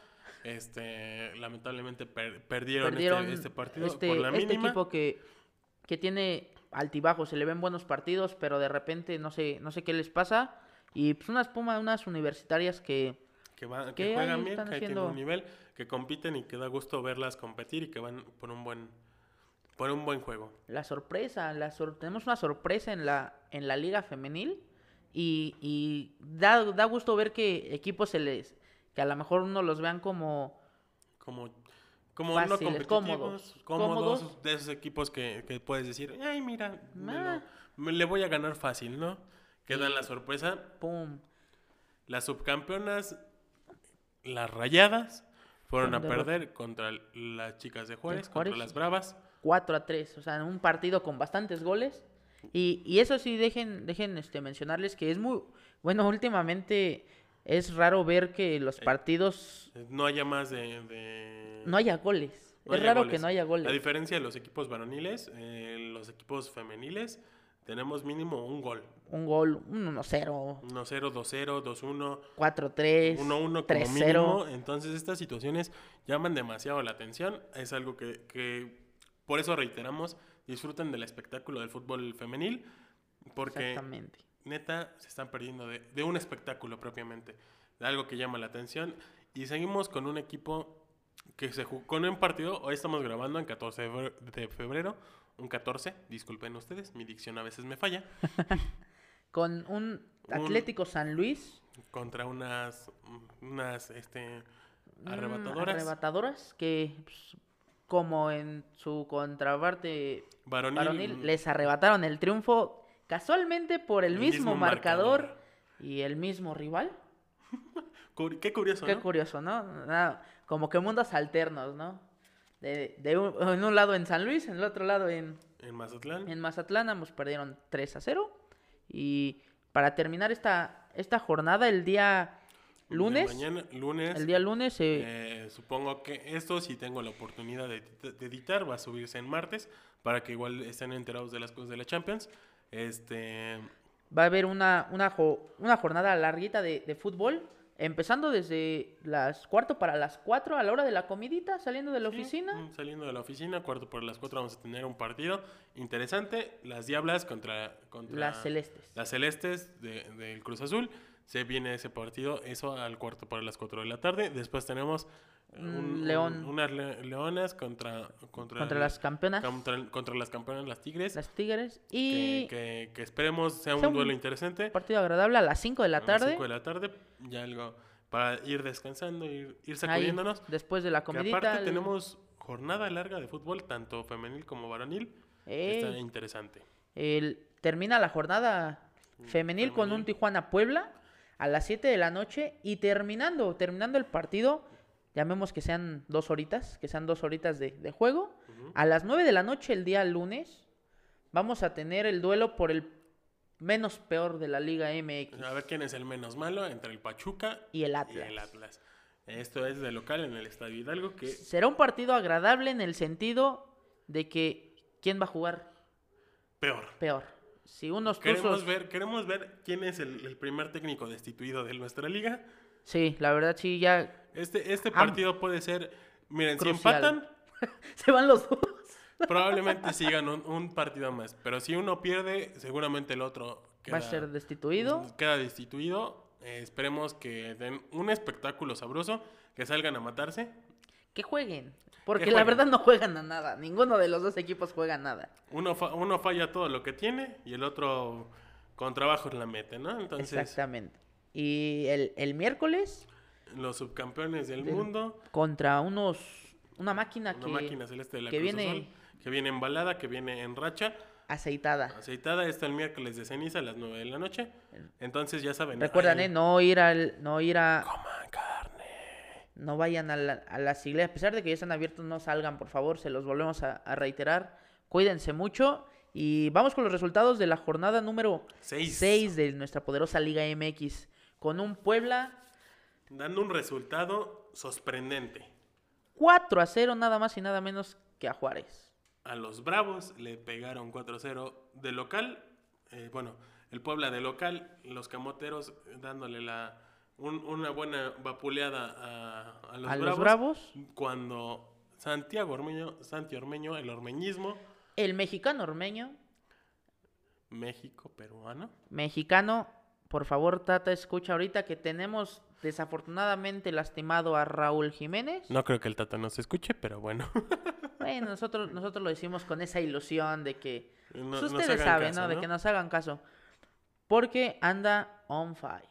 Speaker 2: Este, lamentablemente per- perdieron, este-
Speaker 3: Perdieron
Speaker 2: este, partido
Speaker 3: este-
Speaker 2: por la
Speaker 3: este
Speaker 2: mínima.
Speaker 3: equipo que, que tiene altibajos, se le ven buenos partidos, pero de repente no sé, no sé qué les pasa. Y pues unas Pumas, unas universitarias que
Speaker 2: que, van,
Speaker 3: Que
Speaker 2: que
Speaker 3: ahí
Speaker 2: juegan bien, que
Speaker 3: están
Speaker 2: ahí tienen
Speaker 3: haciendo-
Speaker 2: un nivel, que compiten y que da gusto verlas competir y que van por un buen, por un buen juego.
Speaker 3: La sorpresa, la sor- tenemos una sorpresa en la, en la liga femenil y, y da, da gusto ver que equipos se les, que a lo mejor uno los vean como,
Speaker 2: Como, como no
Speaker 3: Fáciles,
Speaker 2: competitivos,
Speaker 3: cómodos,
Speaker 2: cómodos,
Speaker 3: cómodos.
Speaker 2: de esos equipos que, que puedes decir, ay, mira, me lo-
Speaker 3: Ah.
Speaker 2: me- le voy a ganar fácil, ¿no? Que dan la sorpresa.
Speaker 3: ¡pum!
Speaker 2: Las subcampeonas, las rayadas, fueron a
Speaker 3: Fueron derrot-
Speaker 2: perder contra l- las chicas de Juárez,
Speaker 3: Juárez.
Speaker 2: contra las bravas.
Speaker 3: 4 a 3, o sea, en un partido con bastantes goles. Y, y eso sí, dejen, dejen este, mencionarles que es muy, bueno, últimamente es raro ver que
Speaker 2: Eh,
Speaker 3: los partidos
Speaker 2: No haya más de... de-
Speaker 3: no haya goles.
Speaker 2: No
Speaker 3: es
Speaker 2: haya
Speaker 3: raro que
Speaker 2: goles.
Speaker 3: no haya
Speaker 2: A
Speaker 3: goles.
Speaker 2: diferencia de los equipos varoniles, eh, los equipos femeniles tenemos mínimo un gol.
Speaker 3: Un gol, un 1-0,
Speaker 2: 1-0, 2-0, 2-1, 1-1
Speaker 3: 4-3,
Speaker 2: como
Speaker 3: 3-0.
Speaker 2: mínimo. Entonces estas situaciones llaman demasiado la atención. Es algo que, que por eso reiteramos, disfruten del espectáculo del fútbol femenil. Porque
Speaker 3: Exactamente.
Speaker 2: neta se están perdiendo de, de un espectáculo propiamente, de algo que llama la atención. Y seguimos con un equipo que se jugó con un partido, hoy estamos grabando en 14 de febrero, de febrero, un 14, disculpen ustedes, mi dicción a veces me falla,
Speaker 3: Con un Atlético San Luis.
Speaker 2: contra unas, unas este,
Speaker 3: mm,
Speaker 2: arrebatadoras
Speaker 3: arrebatadoras que, pues, como en su contraparte
Speaker 2: varonil, mm,
Speaker 3: varonil, les arrebataron el triunfo casualmente por el,
Speaker 2: El
Speaker 3: mismo,
Speaker 2: mismo
Speaker 3: marcador,
Speaker 2: marcador.
Speaker 3: y el mismo rival.
Speaker 2: Curi- Qué curioso,
Speaker 3: Qué
Speaker 2: ¿no?
Speaker 3: curioso, ¿no? Nada, como que mundos alternos, ¿no? De, de un, en un lado en San Luis, en el otro lado en,
Speaker 2: En Mazatlán.
Speaker 3: en Mazatlán, ambos perdieron 3 a 0. Y para terminar esta, esta jornada, el día
Speaker 2: De
Speaker 3: lunes,
Speaker 2: mañana- lunes.
Speaker 3: el día lunes se...
Speaker 2: eh, supongo que esto, si tengo la oportunidad de, de editar, va a subirse en martes para que igual estén enterados de las cosas de la Champions. Este,
Speaker 3: va a haber una, una, jo- una jornada larguita de, de fútbol, empezando desde las cuarto para las cuatro a la hora de la comidita, saliendo de la
Speaker 2: sí,
Speaker 3: oficina.
Speaker 2: mm, Saliendo de la oficina, cuarto por las cuatro, vamos a tener un partido interesante. Las Diablas contra, contra
Speaker 3: Las celestes.
Speaker 2: las Celestes de- del Cruz Azul. Se viene ese partido, eso al cuarto para las 4 de la tarde. Después tenemos eh,
Speaker 3: Un Mm, león.
Speaker 2: unas le- leonas contra, contra,
Speaker 3: Contra las campeonas,
Speaker 2: contra, contra las campeonas, las Tigres.
Speaker 3: las tigres.
Speaker 2: que,
Speaker 3: Y
Speaker 2: que- que esperemos sea
Speaker 3: sea
Speaker 2: un
Speaker 3: un
Speaker 2: duelo interesante.
Speaker 3: partido agradable a las 5 de
Speaker 2: A
Speaker 3: la
Speaker 2: las
Speaker 3: tarde.
Speaker 2: cinco de la tarde, ya algo para ir descansando, ir, ir
Speaker 3: ahí,
Speaker 2: sacudiéndonos.
Speaker 3: después de la
Speaker 2: Que
Speaker 3: comidita.
Speaker 2: aparte
Speaker 3: el-
Speaker 2: tenemos jornada larga de fútbol, tanto femenil como varonil. que Está
Speaker 3: Ey,
Speaker 2: interesante.
Speaker 3: el- termina la jornada femenil, con un
Speaker 2: Mm, femenil.
Speaker 3: Tijuana-Puebla a las 7 de la noche. Y terminando, terminando el partido, llamemos que sean dos horitas, que sean dos horitas de, de juego.
Speaker 2: Ujú.
Speaker 3: A las 9 de la noche el día lunes vamos a tener el duelo por el menos peor de la Liga MX
Speaker 2: A ver quién es el menos malo entre el Pachuca
Speaker 3: y el
Speaker 2: y
Speaker 3: Atlas.
Speaker 2: el Atlas. Esto es de local en el Estadio Hidalgo, que
Speaker 3: Será un partido agradable en el sentido de que quién va a jugar
Speaker 2: peor.
Speaker 3: peor. Si unos
Speaker 2: Queremos
Speaker 3: tuzos...
Speaker 2: ver, queremos ver quién es el, el primer técnico destituido de nuestra liga.
Speaker 3: Sí, la verdad sí, ya
Speaker 2: Este, este
Speaker 3: Am-
Speaker 2: partido puede ser, miren, si
Speaker 3: Crucial.
Speaker 2: empatan,
Speaker 3: se van los dos.
Speaker 2: Probablemente sigan un, un partido más, pero si uno pierde, seguramente el otro
Speaker 3: va a ser destituido.
Speaker 2: queda destituido. Eh, esperemos que den un espectáculo sabroso, que salgan a matarse.
Speaker 3: Que jueguen. Porque la
Speaker 2: jueguen.
Speaker 3: verdad no juegan a nada. Ninguno de los dos equipos juega nada.
Speaker 2: Uno, fa- uno falla todo lo que tiene y el otro con trabajos la mete, ¿no? Entonces,
Speaker 3: Exactamente. Y el, el miércoles
Speaker 2: los subcampeones del
Speaker 3: Del-
Speaker 2: mundo,
Speaker 3: contra unos una máquina
Speaker 2: una
Speaker 3: que
Speaker 2: máquina celeste de la
Speaker 3: que
Speaker 2: Cruz
Speaker 3: viene-
Speaker 2: Azul, que viene embalada, que viene en racha,
Speaker 3: aceitada.
Speaker 2: aceitada. Está el miércoles de ceniza a las 9 de la noche. Entonces, ya saben.
Speaker 3: Recuerdan,
Speaker 2: ahí-
Speaker 3: eh, no ir al, no ir a,
Speaker 2: Coman carne.
Speaker 3: no vayan a, la- a las iglesias, a pesar de que ya están abiertos, no salgan, por favor, se los volvemos a, a reiterar. Cuídense mucho y vamos con los resultados de la jornada número
Speaker 2: Seis.
Speaker 3: 6 de nuestra poderosa Liga MX con un Puebla
Speaker 2: dando un resultado sorprendente.
Speaker 3: 4 a 0 nada más y nada menos que a Juárez.
Speaker 2: A los Bravos le pegaron 4-0 de local. eh, bueno, el Puebla de local, los Camoteros dándole la, un- una buena vapuleada a, a los
Speaker 3: a
Speaker 2: Bravos.
Speaker 3: los Bravos,
Speaker 2: Cuando Santiago Ormeño, Santi Ormeño, el ormeñismo,
Speaker 3: el mexicano ormeño
Speaker 2: México peruano,
Speaker 3: Mexicano, por favor, Tata, escucha ahorita que tenemos desafortunadamente lastimado a Raúl Jiménez.
Speaker 2: no creo que el Tata nos escuche, pero bueno.
Speaker 3: Bueno, nosotros, nosotros lo decimos con esa ilusión de que
Speaker 2: No-
Speaker 3: pues,
Speaker 2: nos
Speaker 3: ustedes
Speaker 2: hagan
Speaker 3: saben,
Speaker 2: caso,
Speaker 3: ¿no? De que nos hagan caso. Porque anda on fire.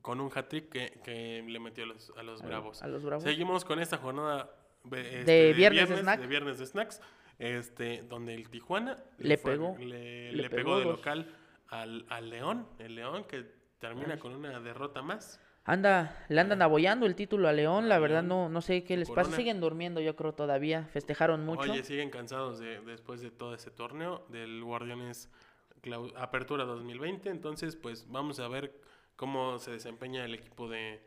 Speaker 2: Con un hat-trick que, que le metió a los, a los
Speaker 3: A-
Speaker 2: Bravos.
Speaker 3: A los bravos.
Speaker 2: Seguimos con esta jornada ve- este,
Speaker 3: viernes de snack.
Speaker 2: de viernes de snacks, este, donde el Tijuana
Speaker 3: Le pegó.
Speaker 2: le,
Speaker 3: Le
Speaker 2: le
Speaker 3: pegó
Speaker 2: pegó de
Speaker 3: dos.
Speaker 2: local al, al León, el León que termina con una derrota más.
Speaker 3: Anda, le andan abollando el título a León, la verdad no, no sé qué les pasa.
Speaker 2: Corona.
Speaker 3: Siguen durmiendo, yo creo, todavía. Festejaron mucho.
Speaker 2: Oye, siguen cansados de, después de todo ese torneo del Guardianes Clau- Apertura 2020, entonces pues vamos a ver cómo se desempeña el equipo de,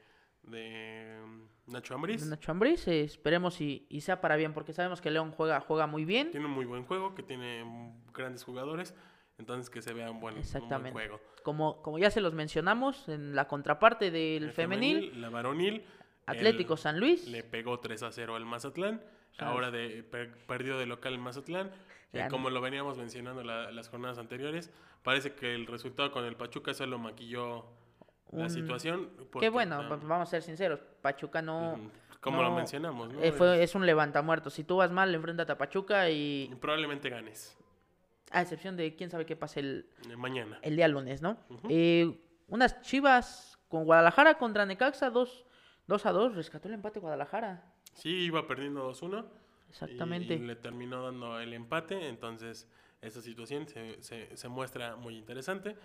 Speaker 2: de mm, Nacho Ambriz.
Speaker 3: Nacho Ambriz, eh, esperemos y, y sea para bien, porque sabemos que León juega, juega muy bien.
Speaker 2: Tiene un muy buen juego, que tiene mm, grandes jugadores, entonces que se vea un buen, un buen
Speaker 3: Exactamente.
Speaker 2: juego.
Speaker 3: Como, como ya se los mencionamos, en la contraparte del
Speaker 2: El
Speaker 3: femenil,
Speaker 2: La varonil.
Speaker 3: Atlético
Speaker 2: el-
Speaker 3: San Luis,
Speaker 2: Le pegó 3 a 0 al Mazatlán.
Speaker 3: ¿sabes?
Speaker 2: ahora de per- perdido de local en Mazatlán. que
Speaker 3: Grande.
Speaker 2: como lo veníamos mencionando la- las jornadas anteriores, parece que el resultado con el Pachuca solo maquilló la
Speaker 3: Un-
Speaker 2: situación.
Speaker 3: Qué
Speaker 2: porque,
Speaker 3: bueno,
Speaker 2: ah,
Speaker 3: va- vamos a ser sinceros. Pachuca no.
Speaker 2: ujú, como lo
Speaker 3: no-
Speaker 2: mencionamos, ¿no?
Speaker 3: eh, fue, es un levantamuertos. Si tú vas mal, enfréntate a Pachuca
Speaker 2: Y
Speaker 3: y.
Speaker 2: probablemente ganes
Speaker 3: A excepción de quién sabe qué pase el,
Speaker 2: eh, mañana.
Speaker 3: el día lunes, ¿no?
Speaker 2: Ujú.
Speaker 3: Eh, unas chivas con Guadalajara contra Necaxa, 2 a 2. Rescató el empate Guadalajara.
Speaker 2: Sí, iba perdiendo 2-1. y-
Speaker 3: Exactamente.
Speaker 2: Y, le terminó dando el empate. Entonces, esa situación se, se- se muestra muy interesante.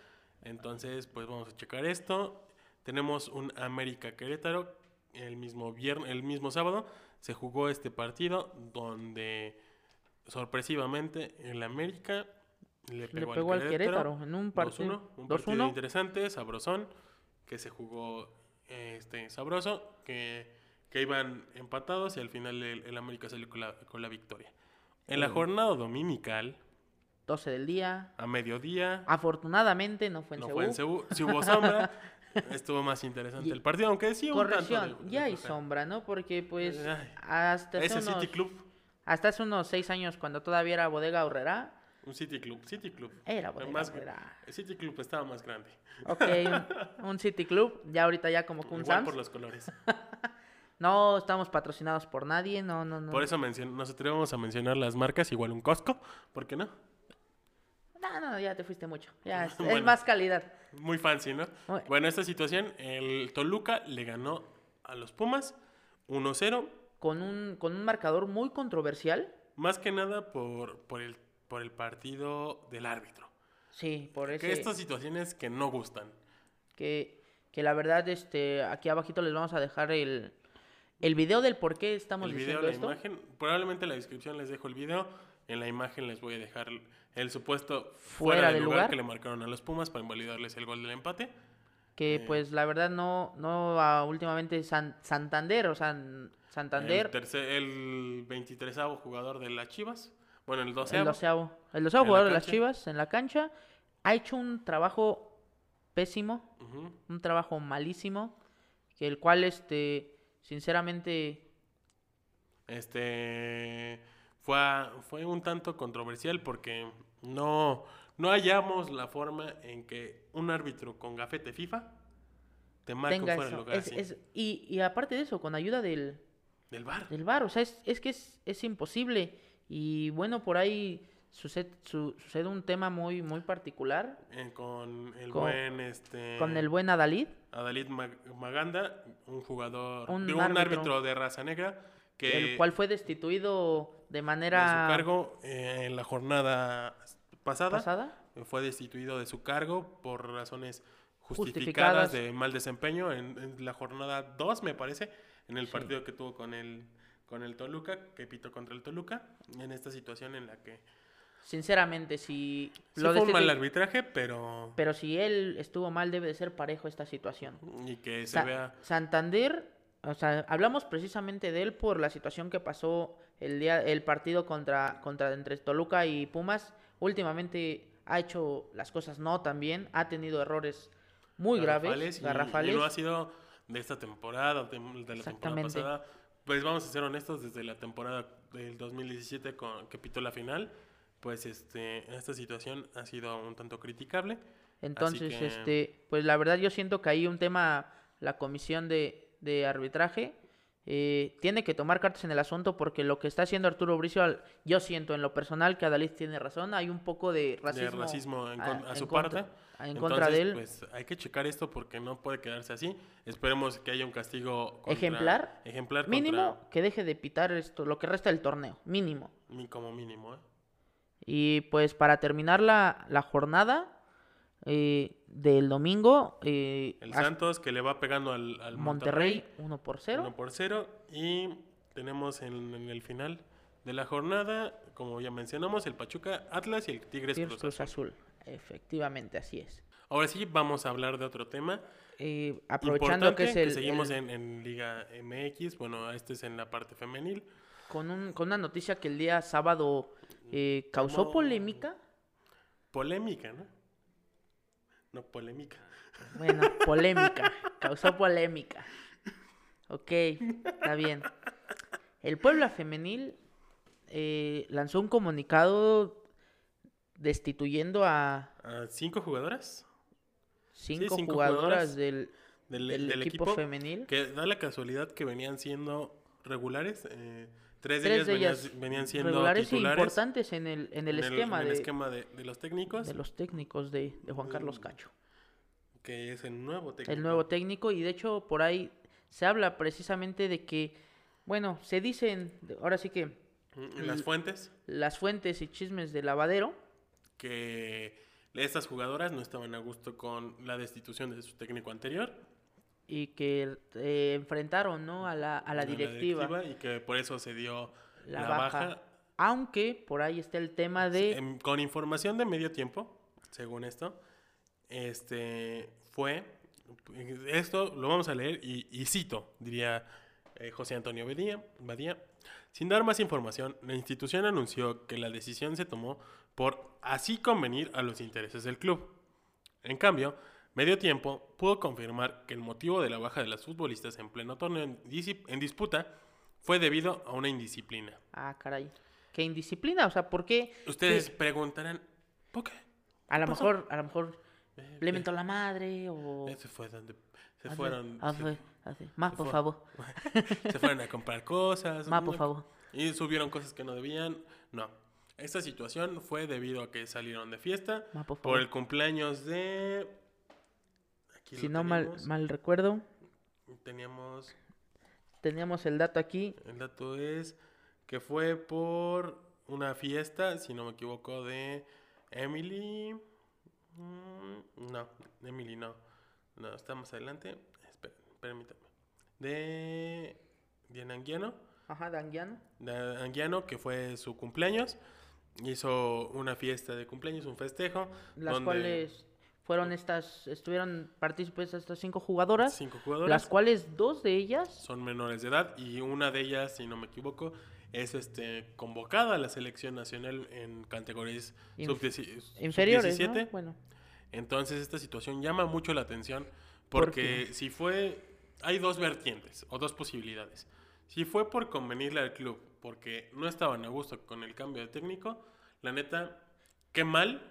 Speaker 2: Entonces, pues vamos a checar esto. Tenemos un América Querétaro. El mismo viernes, el mismo sábado se jugó este partido donde sorpresivamente el América le
Speaker 3: Le
Speaker 2: pegó,
Speaker 3: pegó, al Querétaro, en un partido
Speaker 2: 2-1, un partido
Speaker 3: 2-1.
Speaker 2: interesante, sabrosón, que se jugó eh, este sabroso, que, que iban empatados y al final el, el América salió con la, con la victoria. En la
Speaker 3: Sí.
Speaker 2: jornada dominical,
Speaker 3: 12 del día.
Speaker 2: a mediodía,
Speaker 3: Afortunadamente no Ah, fue en
Speaker 2: no
Speaker 3: Seúl.
Speaker 2: fue en Seúl, si hubo sombra, estuvo más interesante
Speaker 3: Y-
Speaker 2: el partido, aunque sí un tanto
Speaker 3: Corrección,
Speaker 2: de- de
Speaker 3: ya hay
Speaker 2: flojera.
Speaker 3: sombra, ¿no? Porque pues
Speaker 2: Ay,
Speaker 3: hasta hace,
Speaker 2: Ese
Speaker 3: unos,
Speaker 2: City Club,
Speaker 3: hasta hace unos seis años cuando todavía era bodega horrera,
Speaker 2: un City Club, City Club.
Speaker 3: era
Speaker 2: Fue
Speaker 3: bodega
Speaker 2: más-
Speaker 3: horrera.
Speaker 2: el City Club estaba más grande.
Speaker 3: Ok, un, un City Club, ya ahorita ya como que un
Speaker 2: Igual
Speaker 3: Sam's.
Speaker 2: por los colores.
Speaker 3: No estamos patrocinados por nadie, no, no, no.
Speaker 2: Por eso mencion- nos atrevemos a mencionar las marcas, igual un Costco, ¿por qué no?
Speaker 3: No, no, ya te fuiste mucho. Ya, es, es
Speaker 2: Bueno.
Speaker 3: más calidad.
Speaker 2: Muy fancy, ¿no?
Speaker 3: Muy-
Speaker 2: Bueno, esta situación, el Toluca le ganó a los Pumas 1-0,
Speaker 3: Con un, con un marcador muy controversial.
Speaker 2: más que nada por, por, el, por el partido del árbitro.
Speaker 3: Sí, por eso.
Speaker 2: Que estas situaciones que no gustan.
Speaker 3: que, que la verdad, este, aquí abajito les vamos a dejar el, el video del por qué estamos
Speaker 2: El video,
Speaker 3: diciendo
Speaker 2: la
Speaker 3: esto.
Speaker 2: imagen, probablemente en la descripción les dejo el video, en la imagen les voy a dejar el supuesto fuera, de lugar, que le marcaron a los Pumas para invalidarles el gol del empate.
Speaker 3: Que
Speaker 2: eh,
Speaker 3: pues la verdad no, no ah, últimamente San- Santander, o sea, n-
Speaker 2: El,
Speaker 3: Santander, el,
Speaker 2: tercer, el 23avo jugador de las Chivas, bueno, el 12
Speaker 3: doceavo, el doceavo
Speaker 2: En la
Speaker 3: jugador de las
Speaker 2: cancha.
Speaker 3: Chivas en la cancha, ha hecho un trabajo pésimo,
Speaker 2: Ujú.
Speaker 3: un trabajo malísimo, que el cual este, sinceramente,
Speaker 2: Este fue, a- fue un tanto controversial porque no, no hallamos la forma en que un árbitro con gafete FIFA te marque un
Speaker 3: tenga
Speaker 2: fuera de
Speaker 3: eso.
Speaker 2: lugar
Speaker 3: Es-
Speaker 2: así,
Speaker 3: es- y, y aparte de eso, con ayuda del,
Speaker 2: del bar.
Speaker 3: del VAR. O sea, es, es que es, es imposible. Y bueno, por ahí sucede, sucede un tema muy, muy particular
Speaker 2: Eh, con el
Speaker 3: Con-
Speaker 2: buen este
Speaker 3: con el buen Adalid.
Speaker 2: Adalid Mag- Maganda, un jugador,
Speaker 3: Un
Speaker 2: digo, un, árbitro.
Speaker 3: árbitro.
Speaker 2: de raza negra que
Speaker 3: el cual fue destituido de manera
Speaker 2: de su cargo eh, en la jornada pasada
Speaker 3: pasada.
Speaker 2: fue destituido de su cargo por razones
Speaker 3: Justificadas.
Speaker 2: justificadas, de mal desempeño en, en la jornada 2, me parece, en el
Speaker 3: Sí.
Speaker 2: partido que tuvo con el, con el Toluca, que pitó contra el Toluca, en esta situación en la que
Speaker 3: Sinceramente, si
Speaker 2: sí
Speaker 3: lo
Speaker 2: fue un mal
Speaker 3: destituye-
Speaker 2: arbitraje, pero...
Speaker 3: pero si él estuvo mal, debe de ser parejo esta situación.
Speaker 2: y que se
Speaker 3: Sa-
Speaker 2: vea...
Speaker 3: Santander, o sea, hablamos precisamente de él por la situación que pasó el día, el partido contra, contra entre Toluca y Pumas. Últimamente ha hecho las cosas no tan bien, ha tenido errores muy
Speaker 2: garrafales
Speaker 3: graves,
Speaker 2: y-
Speaker 3: garrafales.
Speaker 2: Y, no ha sido de esta temporada, de, de la temporada
Speaker 3: Exactamente.
Speaker 2: pasada. Pues vamos a ser honestos, desde la temporada del 2017 con, que pitó la final, pues este, esta situación ha sido un tanto criticable.
Speaker 3: Entonces,
Speaker 2: que- eh,
Speaker 3: este, pues la verdad yo siento que ahí un tema, la comisión de, de arbitraje, eh, tiene que tomar cartas en el asunto porque lo que está haciendo Arturo Bricio, al- yo siento en lo personal que Adalid tiene razón, hay un poco de racismo,
Speaker 2: de racismo en con-
Speaker 3: ah,
Speaker 2: a,
Speaker 3: en
Speaker 2: su
Speaker 3: contra-
Speaker 2: parte.
Speaker 3: ah, en contra de él.
Speaker 2: Pues hay que checar esto porque no puede quedarse así. Esperemos que haya un castigo contra-
Speaker 3: Ejemplar.
Speaker 2: Ejemplar
Speaker 3: mínimo
Speaker 2: contra-
Speaker 3: que deje de pitar esto, lo que resta del torneo, mínimo.
Speaker 2: mi- como mínimo, ¿eh?
Speaker 3: Y pues para terminar la, la jornada eh, del domingo, eh,
Speaker 2: El
Speaker 3: hasta
Speaker 2: Santos que le va pegando al, al
Speaker 3: Monterrey 1 por 0.
Speaker 2: 1 por 0. Y tenemos en, en el final de la jornada, como ya mencionamos, el Pachuca Atlas y el Tigres
Speaker 3: Tigres
Speaker 2: Cruz.
Speaker 3: Cruz
Speaker 2: Azul.
Speaker 3: Azul. Efectivamente, así es.
Speaker 2: Ahora sí, vamos a hablar de otro tema.
Speaker 3: Eh, aprovechando que
Speaker 2: importante,
Speaker 3: es el,
Speaker 2: seguimos
Speaker 3: el-
Speaker 2: en, en Liga MX. Bueno, este es en la parte femenil.
Speaker 3: con, un- con una noticia que el día sábado eh, causó
Speaker 2: Como-
Speaker 3: polémica.
Speaker 2: Polémica, ¿no? No, polémica.
Speaker 3: Bueno, polémica. causó polémica. Ok, está bien. El Puebla Femenil eh, lanzó un comunicado destituyendo a
Speaker 2: ¿A ¿Cinco jugadoras?
Speaker 3: cinco,
Speaker 2: cinco
Speaker 3: jugadoras,
Speaker 2: jugadoras
Speaker 3: del,
Speaker 2: Del,
Speaker 3: del
Speaker 2: del
Speaker 3: equipo, femenil.
Speaker 2: Que da la casualidad que venían siendo regulares. eh, tres de ellas,
Speaker 3: Tres de
Speaker 2: venían-
Speaker 3: ellas
Speaker 2: venían, siendo
Speaker 3: regulares e
Speaker 2: titulares.
Speaker 3: importantes en el, en el
Speaker 2: en
Speaker 3: esquema,
Speaker 2: en el
Speaker 3: de,
Speaker 2: esquema de, Mm, de los técnicos,
Speaker 3: de los técnicos de, de Juan Carlos Cacho.
Speaker 2: que es el nuevo técnico.
Speaker 3: el nuevo técnico y de hecho por ahí se habla precisamente de que, bueno, se dicen, ahora sí que
Speaker 2: En Las fuentes,
Speaker 3: las fuentes y chismes de lavadero,
Speaker 2: que estas jugadoras no estaban a gusto con la destitución de su técnico anterior.
Speaker 3: y que eh, enfrentaron ¿no? a la, a la
Speaker 2: a
Speaker 3: directiva la,
Speaker 2: y que por eso se dio la,
Speaker 3: baja.
Speaker 2: baja.
Speaker 3: Aunque por ahí está el tema de
Speaker 2: Em, con información de medio tiempo, según esto, este fue esto lo vamos a leer y, y cito, diría eh, José Antonio Badía, Badía. Sin dar más información, la institución anunció que la decisión se tomó por así convenir a los intereses del club. En cambio, medio tiempo pudo confirmar que el motivo de la baja de las futbolistas en pleno torneo en disi- en disputa fue debido a una indisciplina.
Speaker 3: Ah, caray. Qué indisciplina, o sea, ¿por qué?
Speaker 2: Ustedes
Speaker 3: Sí,
Speaker 2: preguntarán, ¿por qué?
Speaker 3: a lo
Speaker 2: pasó?
Speaker 3: mejor, a lo mejor
Speaker 2: Eh,
Speaker 3: le mentó la madre o...
Speaker 2: Eh, Se fue donde se
Speaker 3: Ah, fue-
Speaker 2: fueron
Speaker 3: ah,
Speaker 2: se-
Speaker 3: fue- ah, sí. Más,
Speaker 2: se
Speaker 3: por
Speaker 2: fue-
Speaker 3: favor.
Speaker 2: se, fueron a comprar cosas,
Speaker 3: Más, por
Speaker 2: ¿no?
Speaker 3: favor.
Speaker 2: Y subieron cosas que no debían. No. Esta situación fue debido a que salieron de fiesta
Speaker 3: Más, por
Speaker 2: por
Speaker 3: favor.
Speaker 2: el cumpleaños de aquí
Speaker 3: Si
Speaker 2: lo
Speaker 3: no mal,
Speaker 2: tenemos.
Speaker 3: mal recuerdo,
Speaker 2: teníamos
Speaker 3: teníamos el dato aquí.
Speaker 2: el dato es que fue por una fiesta, si no me equivoco, de Emily. Mm, No, Emily no. No, está más adelante. Espera, permítame. De Diana Anguiano.
Speaker 3: Ajá, Danguiano.
Speaker 2: De Anguiano, que fue su cumpleaños. Hizo una fiesta de cumpleaños, un festejo.
Speaker 3: Las
Speaker 2: donde
Speaker 3: cuales fueron estas, estuvieron partícipes estas cinco jugadoras,
Speaker 2: Cinco
Speaker 3: las
Speaker 2: jugadoras.
Speaker 3: cuales dos de ellas
Speaker 2: son menores de edad y una de ellas, si no me equivoco, es este convocada a la selección nacional en categorías
Speaker 3: Inf-
Speaker 2: sub-dieci-
Speaker 3: inferiores, ¿no?
Speaker 2: sub-17.
Speaker 3: Bueno,
Speaker 2: Entonces esta situación llama mucho la atención porque
Speaker 3: Porque-
Speaker 2: si fue hay dos vertientes o dos posibilidades. Si fue por convenirle al club porque no estaban a gusto con el cambio de técnico, la neta qué mal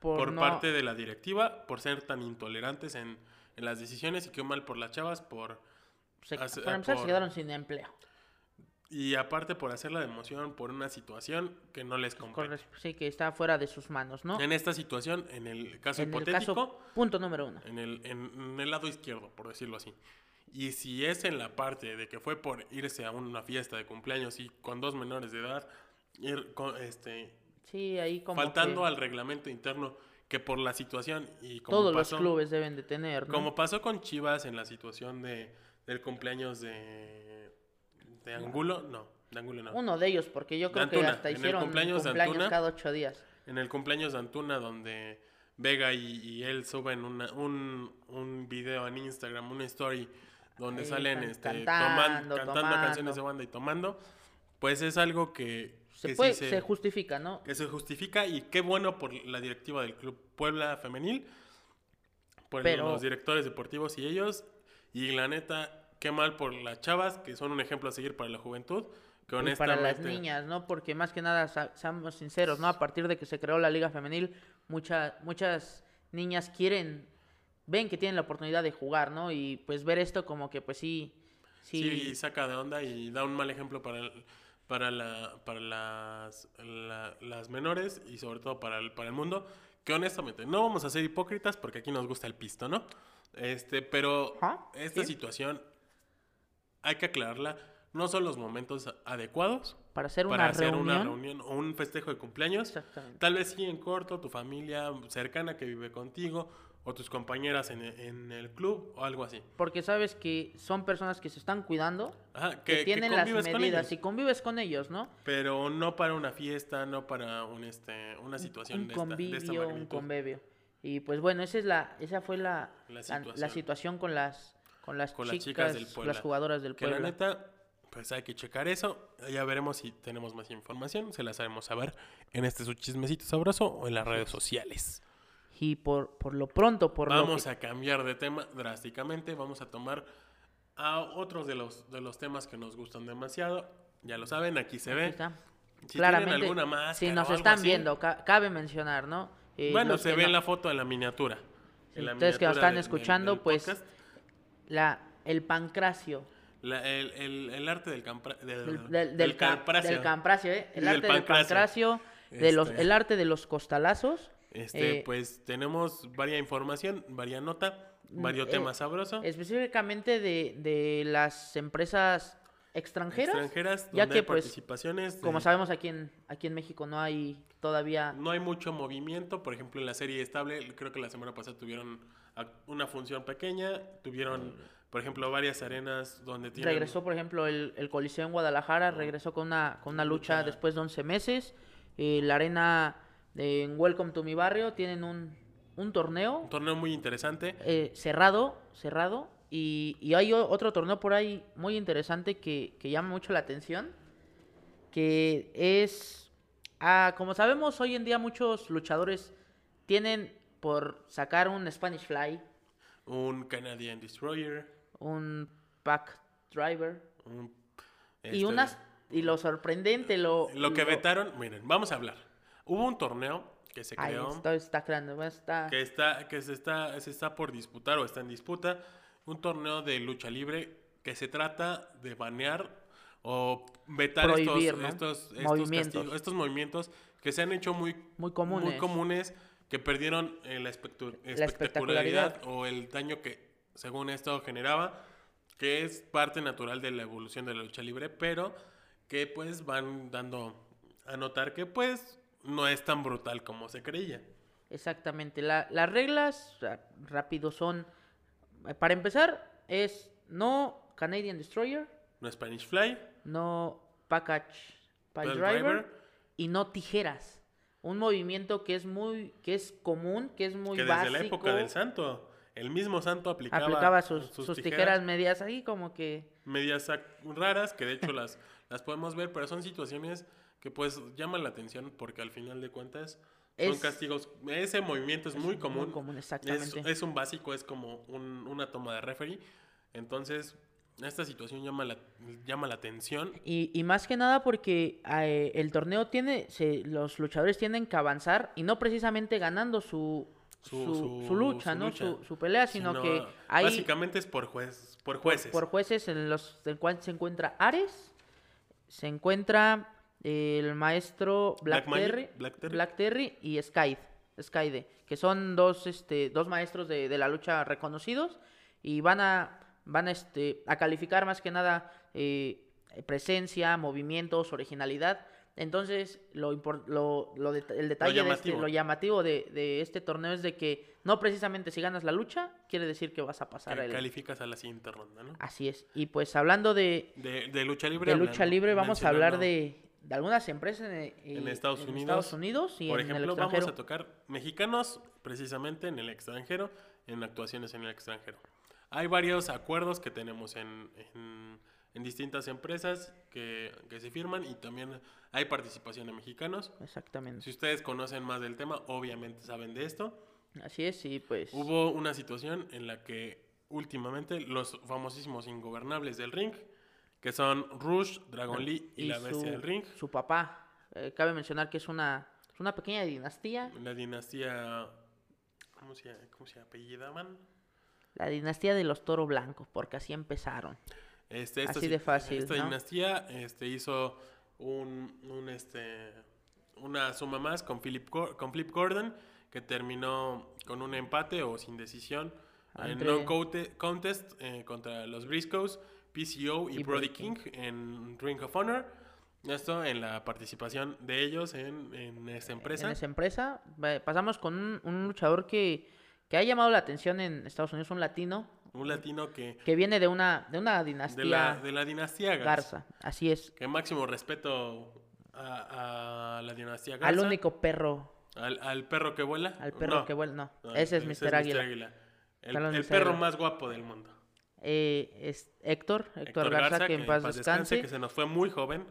Speaker 3: por,
Speaker 2: por
Speaker 3: no-
Speaker 2: parte de la directiva por ser tan intolerantes en, en las decisiones y qué mal por las chavas por
Speaker 3: se-
Speaker 2: hace-
Speaker 3: para empezar, se
Speaker 2: por-
Speaker 3: quedaron sin empleo.
Speaker 2: Y aparte por hacer la democión por una situación que no les compete.
Speaker 3: Corre- Sí, que está fuera de sus manos, ¿no?
Speaker 2: En esta situación, en el caso
Speaker 3: En el
Speaker 2: hipotético, eh,
Speaker 3: caso, punto número uno.
Speaker 2: en, el, en, en el lado izquierdo, por decirlo así. Y si es en la parte de que fue por irse a una fiesta de cumpleaños y con dos menores de edad, ir con- este,
Speaker 3: Sí, ahí como
Speaker 2: faltando
Speaker 3: que
Speaker 2: al reglamento interno que por la situación y como
Speaker 3: todos
Speaker 2: pasó,
Speaker 3: los clubes deben de tener, ¿no?
Speaker 2: como pasó con Chivas en la situación de, del cumpleaños de, de Angulo, no, de Angulo no.
Speaker 3: Uno de ellos, porque yo
Speaker 2: De
Speaker 3: creo que
Speaker 2: Antuna,
Speaker 3: hasta
Speaker 2: en el
Speaker 3: hicieron cumpleaños,
Speaker 2: cumpleaños de Antuna.
Speaker 3: cada ocho días.
Speaker 2: En el cumpleaños de Antuna, donde Vega y, y él suben una- un, un video en Instagram, una story, donde
Speaker 3: Ahí
Speaker 2: salen
Speaker 3: están
Speaker 2: este,
Speaker 3: cantando,
Speaker 2: toman- cantando
Speaker 3: tomando.
Speaker 2: canciones de banda y tomando, pues es algo que,
Speaker 3: Se,
Speaker 2: que sí
Speaker 3: puede-
Speaker 2: se-
Speaker 3: se justifica, ¿no?
Speaker 2: que se justifica y qué bueno por la directiva del Club Puebla Femenil, por
Speaker 3: Pero-
Speaker 2: los directores deportivos y ellos, y la neta, qué mal por las chavas, que son un ejemplo a seguir para la juventud, que
Speaker 3: Y para
Speaker 2: honestamente...
Speaker 3: las niñas, ¿no? Porque más que nada, sa- seamos sinceros, ¿no? A partir de que se creó la Liga Femenil, mucha- muchas niñas quieren, ven que tienen la oportunidad de jugar, ¿no? Y pues ver esto como que pues sí,
Speaker 2: Sí,
Speaker 3: sí,
Speaker 2: saca de onda y da un mal ejemplo para, el- para, la, para las, la- las menores y sobre todo para el, para el mundo. Que honestamente, no vamos a ser hipócritas porque aquí nos gusta el pisto, ¿no? Este, pero
Speaker 3: Ajá,
Speaker 2: esta
Speaker 3: sí.
Speaker 2: situación hay que aclararla. No son los momentos adecuados
Speaker 3: para hacer una
Speaker 2: para hacer
Speaker 3: reunión.
Speaker 2: una reunión o un festejo de cumpleaños.
Speaker 3: Exactamente.
Speaker 2: Tal vez sí en corto, tu familia cercana que vive contigo o tus compañeras en, el- en el club o algo así.
Speaker 3: Porque sabes que son personas que se están cuidando,
Speaker 2: Ajá,
Speaker 3: que,
Speaker 2: que, que
Speaker 3: tienen las
Speaker 2: convives con ellos.
Speaker 3: medidas y convives con ellos, ¿no?
Speaker 2: Pero no para una fiesta, no para un, este, una situación
Speaker 3: un
Speaker 2: de, esta- de
Speaker 3: convivio,
Speaker 2: esta
Speaker 3: un
Speaker 2: magnitud.
Speaker 3: convivio. Y pues bueno, esa es la, esa fue la,
Speaker 2: La
Speaker 3: la-
Speaker 2: situación.
Speaker 3: situación con las, con las
Speaker 2: Con las
Speaker 3: chicas,
Speaker 2: chicas del Puebla.
Speaker 3: las jugadoras del
Speaker 2: Que la
Speaker 3: pueblo.
Speaker 2: neta, pues hay que checar eso. Ya veremos si tenemos más información. Se las haremos saber en este su chismecito sabroso o en las redes sociales.
Speaker 3: Y por, por lo pronto, por lo
Speaker 2: Vamos
Speaker 3: que-
Speaker 2: a cambiar de tema drásticamente. Vamos a tomar a otros de los, de los temas que nos gustan demasiado. Ya lo saben, aquí se ve.
Speaker 3: Aquí está.
Speaker 2: Si tienen alguna máscara
Speaker 3: si nos
Speaker 2: o algo
Speaker 3: están
Speaker 2: así.
Speaker 3: viendo, ca- cabe mencionar, ¿no? Eh,
Speaker 2: bueno,
Speaker 3: los
Speaker 2: se
Speaker 3: que
Speaker 2: ve
Speaker 3: no-
Speaker 2: en la foto de la miniatura. En la
Speaker 3: ustedes que nos
Speaker 2: miniatura
Speaker 3: están
Speaker 2: del- del-
Speaker 3: escuchando,
Speaker 2: del
Speaker 3: pues,
Speaker 2: podcast.
Speaker 3: la- el pancracio.
Speaker 2: La- el, el- el arte del, campra- del,
Speaker 3: Del,
Speaker 2: del
Speaker 3: del, del cam-
Speaker 2: campracio.
Speaker 3: del campracio, ¿eh?
Speaker 2: Y
Speaker 3: El
Speaker 2: del
Speaker 3: arte del
Speaker 2: pancracio.
Speaker 3: pancracio, de los,
Speaker 2: Este.
Speaker 3: el arte de los costalazos.
Speaker 2: Este,
Speaker 3: eh,
Speaker 2: pues tenemos varia información, varia nota, varios
Speaker 3: eh,
Speaker 2: temas sabrosos.
Speaker 3: Específicamente de, de las empresas extranjeras.
Speaker 2: Extranjeras,
Speaker 3: ya
Speaker 2: donde
Speaker 3: que,
Speaker 2: hay
Speaker 3: pues,
Speaker 2: participaciones.
Speaker 3: Como
Speaker 2: de-
Speaker 3: sabemos, aquí en, aquí en México no hay todavía.
Speaker 2: No hay mucho movimiento, por ejemplo, en la serie estable, creo que la semana pasada tuvieron ac- una función pequeña, tuvieron, por ejemplo, varias arenas donde tienen...
Speaker 3: Regresó, por ejemplo, el, el Coliseo en Guadalajara, regresó con una, con una lucha
Speaker 2: Lucha.
Speaker 3: después de 11 meses. Eh, la arena de- en Welcome to Mi Barrio tienen un, un torneo
Speaker 2: Un torneo muy interesante.
Speaker 3: eh, cerrado, cerrado. Y, y hay o- otro torneo por ahí muy interesante que, que llama mucho la atención, que es, ah, como sabemos, hoy en día muchos luchadores tienen por sacar un Spanish Fly,
Speaker 2: Un Canadian Destroyer.
Speaker 3: un Pack Driver,
Speaker 2: un-
Speaker 3: y
Speaker 2: este,
Speaker 3: unas y lo sorprendente lo
Speaker 2: Lo que vetaron, miren, vamos a hablar. Hubo un torneo que se
Speaker 3: Ay,
Speaker 2: creó,
Speaker 3: está está creando bueno, está
Speaker 2: que, está, que se, está, se está por disputar o está en disputa, un torneo de lucha libre que se trata de banear o vetar
Speaker 3: Prohibir,
Speaker 2: estos,
Speaker 3: ¿no?
Speaker 2: estos, estos
Speaker 3: Movimientos.
Speaker 2: castigos, estos movimientos que se han hecho muy,
Speaker 3: Muy comunes.
Speaker 2: muy comunes, que perdieron eh, la, espectu-
Speaker 3: La
Speaker 2: espectacularidad
Speaker 3: espectacularidad.
Speaker 2: o el daño que, según esto, generaba, que es parte natural de la evolución de la lucha libre, pero que pues van dando a notar que pues no es tan brutal como se creía.
Speaker 3: exactamente La- las reglas ra- rápido son eh, para empezar es no Canadian Destroyer
Speaker 2: No Spanish Fly,
Speaker 3: no package Pile
Speaker 2: Pile
Speaker 3: driver,
Speaker 2: Driver.
Speaker 3: y no tijeras un movimiento que es muy que es común que es muy
Speaker 2: que desde
Speaker 3: básico
Speaker 2: la época del santo, el mismo santo aplicaba,
Speaker 3: aplicaba sus, sus tijeras medias ahí como que
Speaker 2: medias ac- raras, que de hecho las, las podemos ver, pero son situaciones que pues llaman la atención porque al final de cuentas son
Speaker 3: Es-
Speaker 2: castigos. Ese movimiento es, muy común.
Speaker 3: común,
Speaker 2: es-
Speaker 3: exactamente.
Speaker 2: Es, un básico, es como un- una toma de referee. Entonces, esta situación llama la, llama la atención.
Speaker 3: Y, y más que nada porque eh, el torneo tiene, se- los luchadores tienen que avanzar y no precisamente ganando su,
Speaker 2: Su,
Speaker 3: su, su
Speaker 2: su-
Speaker 3: lucha,
Speaker 2: su
Speaker 3: ¿no?
Speaker 2: lucha.
Speaker 3: Su, su pelea, sino,
Speaker 2: sino
Speaker 3: que hay
Speaker 2: Básicamente es por, juez, por
Speaker 3: por-
Speaker 2: jueces.
Speaker 3: por jueces en los en cual se encuentra Ares, se encuentra el maestro Black,
Speaker 2: Black Magic,
Speaker 3: Terry,
Speaker 2: Black Terry.
Speaker 3: Terry y Skyde, Skyde, que son dos, este, dos maestros de, de la lucha reconocidos y van a, van a, este, a calificar más que nada eh, presencia, movimientos, originalidad. Entonces, lo, impor- lo, lo de- el detalle, de este-
Speaker 2: llamativo.
Speaker 3: lo llamativo de, de este torneo es de que no precisamente si ganas la lucha, quiere decir que vas a pasar
Speaker 2: que
Speaker 3: el...
Speaker 2: calificas a la siguiente ronda, ¿no?
Speaker 3: Así es. Y pues hablando de,
Speaker 2: De, de lucha libre.
Speaker 3: de lucha
Speaker 2: hablando-
Speaker 3: libre, vamos a hablar
Speaker 2: mencionando-
Speaker 3: de, de algunas empresas en, eh,
Speaker 2: En Estados Unidos.
Speaker 3: Estados Unidos y
Speaker 2: Por
Speaker 3: en el
Speaker 2: ejemplo,
Speaker 3: extranjero.
Speaker 2: vamos a tocar mexicanos precisamente en el extranjero, en actuaciones en el extranjero. Hay varios acuerdos que tenemos en, en- en distintas empresas que, que se firman y también hay participación de mexicanos.
Speaker 3: Exactamente.
Speaker 2: Si ustedes conocen más del tema, obviamente saben de esto.
Speaker 3: Así es, y pues...
Speaker 2: Hubo una situación en la que últimamente los famosísimos ingobernables del ring, que son Rush, Dragon Lee y, la bestia
Speaker 3: Ah, eh, su,
Speaker 2: del ring,
Speaker 3: su papá. eh, cabe mencionar que es una, es una pequeña dinastía.
Speaker 2: la dinastía... ¿Cómo se, cómo se apellidaban?
Speaker 3: La dinastía de los toros blancos, porque así empezaron.
Speaker 2: Este, esta
Speaker 3: Así
Speaker 2: si-
Speaker 3: de fácil,
Speaker 2: Esta
Speaker 3: ¿no?
Speaker 2: dinastía este, hizo un, un, este, una suma más con Philip, Gor- con Flip Gordon, que terminó con un empate o sin decisión en
Speaker 3: Entre-
Speaker 2: no conte- contest eh, contra los Briscoes, PCO y, Brody
Speaker 3: Y Brody
Speaker 2: King, en Ring of Honor. Esto en la participación de ellos en, en esta empresa.
Speaker 3: En esa empresa. va- Pasamos con un, un luchador que, que ha llamado la atención en Estados Unidos, un latino,
Speaker 2: Un latino que...
Speaker 3: que viene de una, de una dinastía
Speaker 2: De la, de la dinastía Garza.
Speaker 3: Garza. Así es.
Speaker 2: Que máximo respeto a, a la dinastía Garza.
Speaker 3: Al único perro
Speaker 2: ¿Al, al perro que vuela?
Speaker 3: Al perro
Speaker 2: No,
Speaker 3: que vuela, no.
Speaker 2: no,
Speaker 3: ese es Mr. Águila.
Speaker 2: El,
Speaker 3: Carlos
Speaker 2: el
Speaker 3: Mr.
Speaker 2: perro
Speaker 3: Águila.
Speaker 2: más guapo del mundo.
Speaker 3: Eh, es Héctor, Héctor, Garza, que en paz, descanse,
Speaker 2: Que se nos fue muy joven.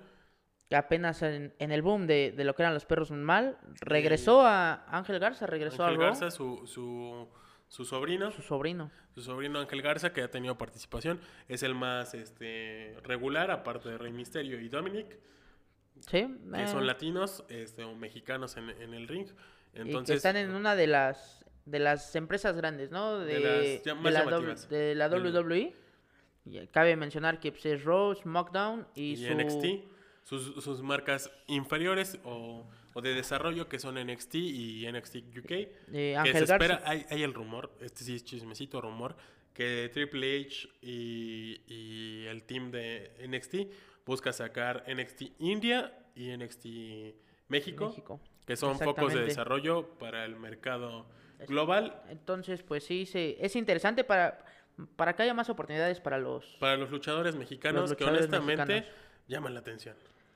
Speaker 3: que apenas en, en el boom de, de lo que eran los perros mal, regresó a Ángel Garza, regresó
Speaker 2: Ángel
Speaker 3: a Raw.
Speaker 2: Garza, su, su, su sobrino.
Speaker 3: Su sobrino.
Speaker 2: Su sobrino Ángel Garza, que ha tenido participación, es el más este, regular, aparte de Rey Misterio y Dominic,
Speaker 3: Sí.
Speaker 2: que
Speaker 3: eh,
Speaker 2: son latinos este, o mexicanos en, en el ring.
Speaker 3: y que
Speaker 2: Entonces,
Speaker 3: están en una de las de las empresas grandes, ¿no?
Speaker 2: De
Speaker 3: De,
Speaker 2: las ya- más
Speaker 3: la,
Speaker 2: llamativas.
Speaker 3: de la
Speaker 2: Del-
Speaker 3: WWE. Y eh, cabe mencionar que pues, es Raw, SmackDown y,
Speaker 2: y
Speaker 3: su... eh,
Speaker 2: NXT, sus, sus marcas inferiores o, o de desarrollo, que son NXT y NXT UK.
Speaker 3: eh,
Speaker 2: que
Speaker 3: Ángel
Speaker 2: se
Speaker 3: Garza.
Speaker 2: espera, hay, hay el rumor, este sí es chismecito, rumor, que Triple H y, y el team de NXT busca sacar NXT India y NXT México,
Speaker 3: México.
Speaker 2: que son focos de
Speaker 3: Exactamente.
Speaker 2: desarrollo para el mercado
Speaker 3: Es-
Speaker 2: global
Speaker 3: Entonces, pues sí, se- es interesante para, para que haya más oportunidades para los...
Speaker 2: para los luchadores mexicanos
Speaker 3: Los
Speaker 2: que
Speaker 3: luchadores
Speaker 2: honestamente
Speaker 3: mexicanos.
Speaker 2: llaman la atención.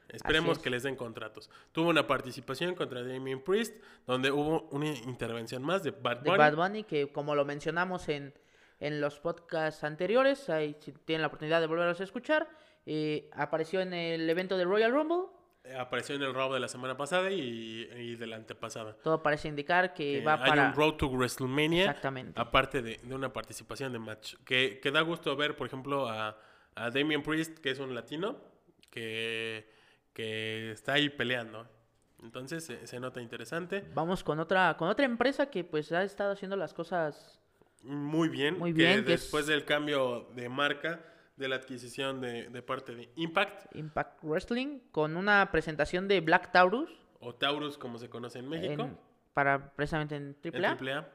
Speaker 2: Esperemos
Speaker 3: es.
Speaker 2: que les den contratos. Tuvo una participación contra Damien Priest, donde hubo una intervención más de Bad
Speaker 3: de
Speaker 2: Bunny.
Speaker 3: Bad Bunny, que como lo mencionamos en, en los podcasts anteriores, ahí si tienen la oportunidad de volverlos a escuchar, eh, apareció en el evento de Royal Rumble.
Speaker 2: Eh, Apareció en el Raw de la semana pasada y, y de la antepasada.
Speaker 3: Todo parece indicar que
Speaker 2: Eh,
Speaker 3: va
Speaker 2: hay
Speaker 3: para...
Speaker 2: un Ah. Road to WrestleMania.
Speaker 3: Exactamente.
Speaker 2: Aparte de, de una participación de match. Que, que da gusto ver, por ejemplo, a, a Damien Priest, que es un latino, que, que está ahí peleando. Entonces se, se nota interesante.
Speaker 3: Vamos con otra, con otra empresa que pues ha estado haciendo las cosas
Speaker 2: Muy bien.
Speaker 3: Muy
Speaker 2: que
Speaker 3: bien, que es-
Speaker 2: después del cambio de marca, de la adquisición de, de parte de Impact
Speaker 3: Impact Wrestling con una presentación de Black Taurus
Speaker 2: o Taurus, como se conoce en México,
Speaker 3: en- para precisamente en
Speaker 2: en
Speaker 3: AAA.
Speaker 2: AAA.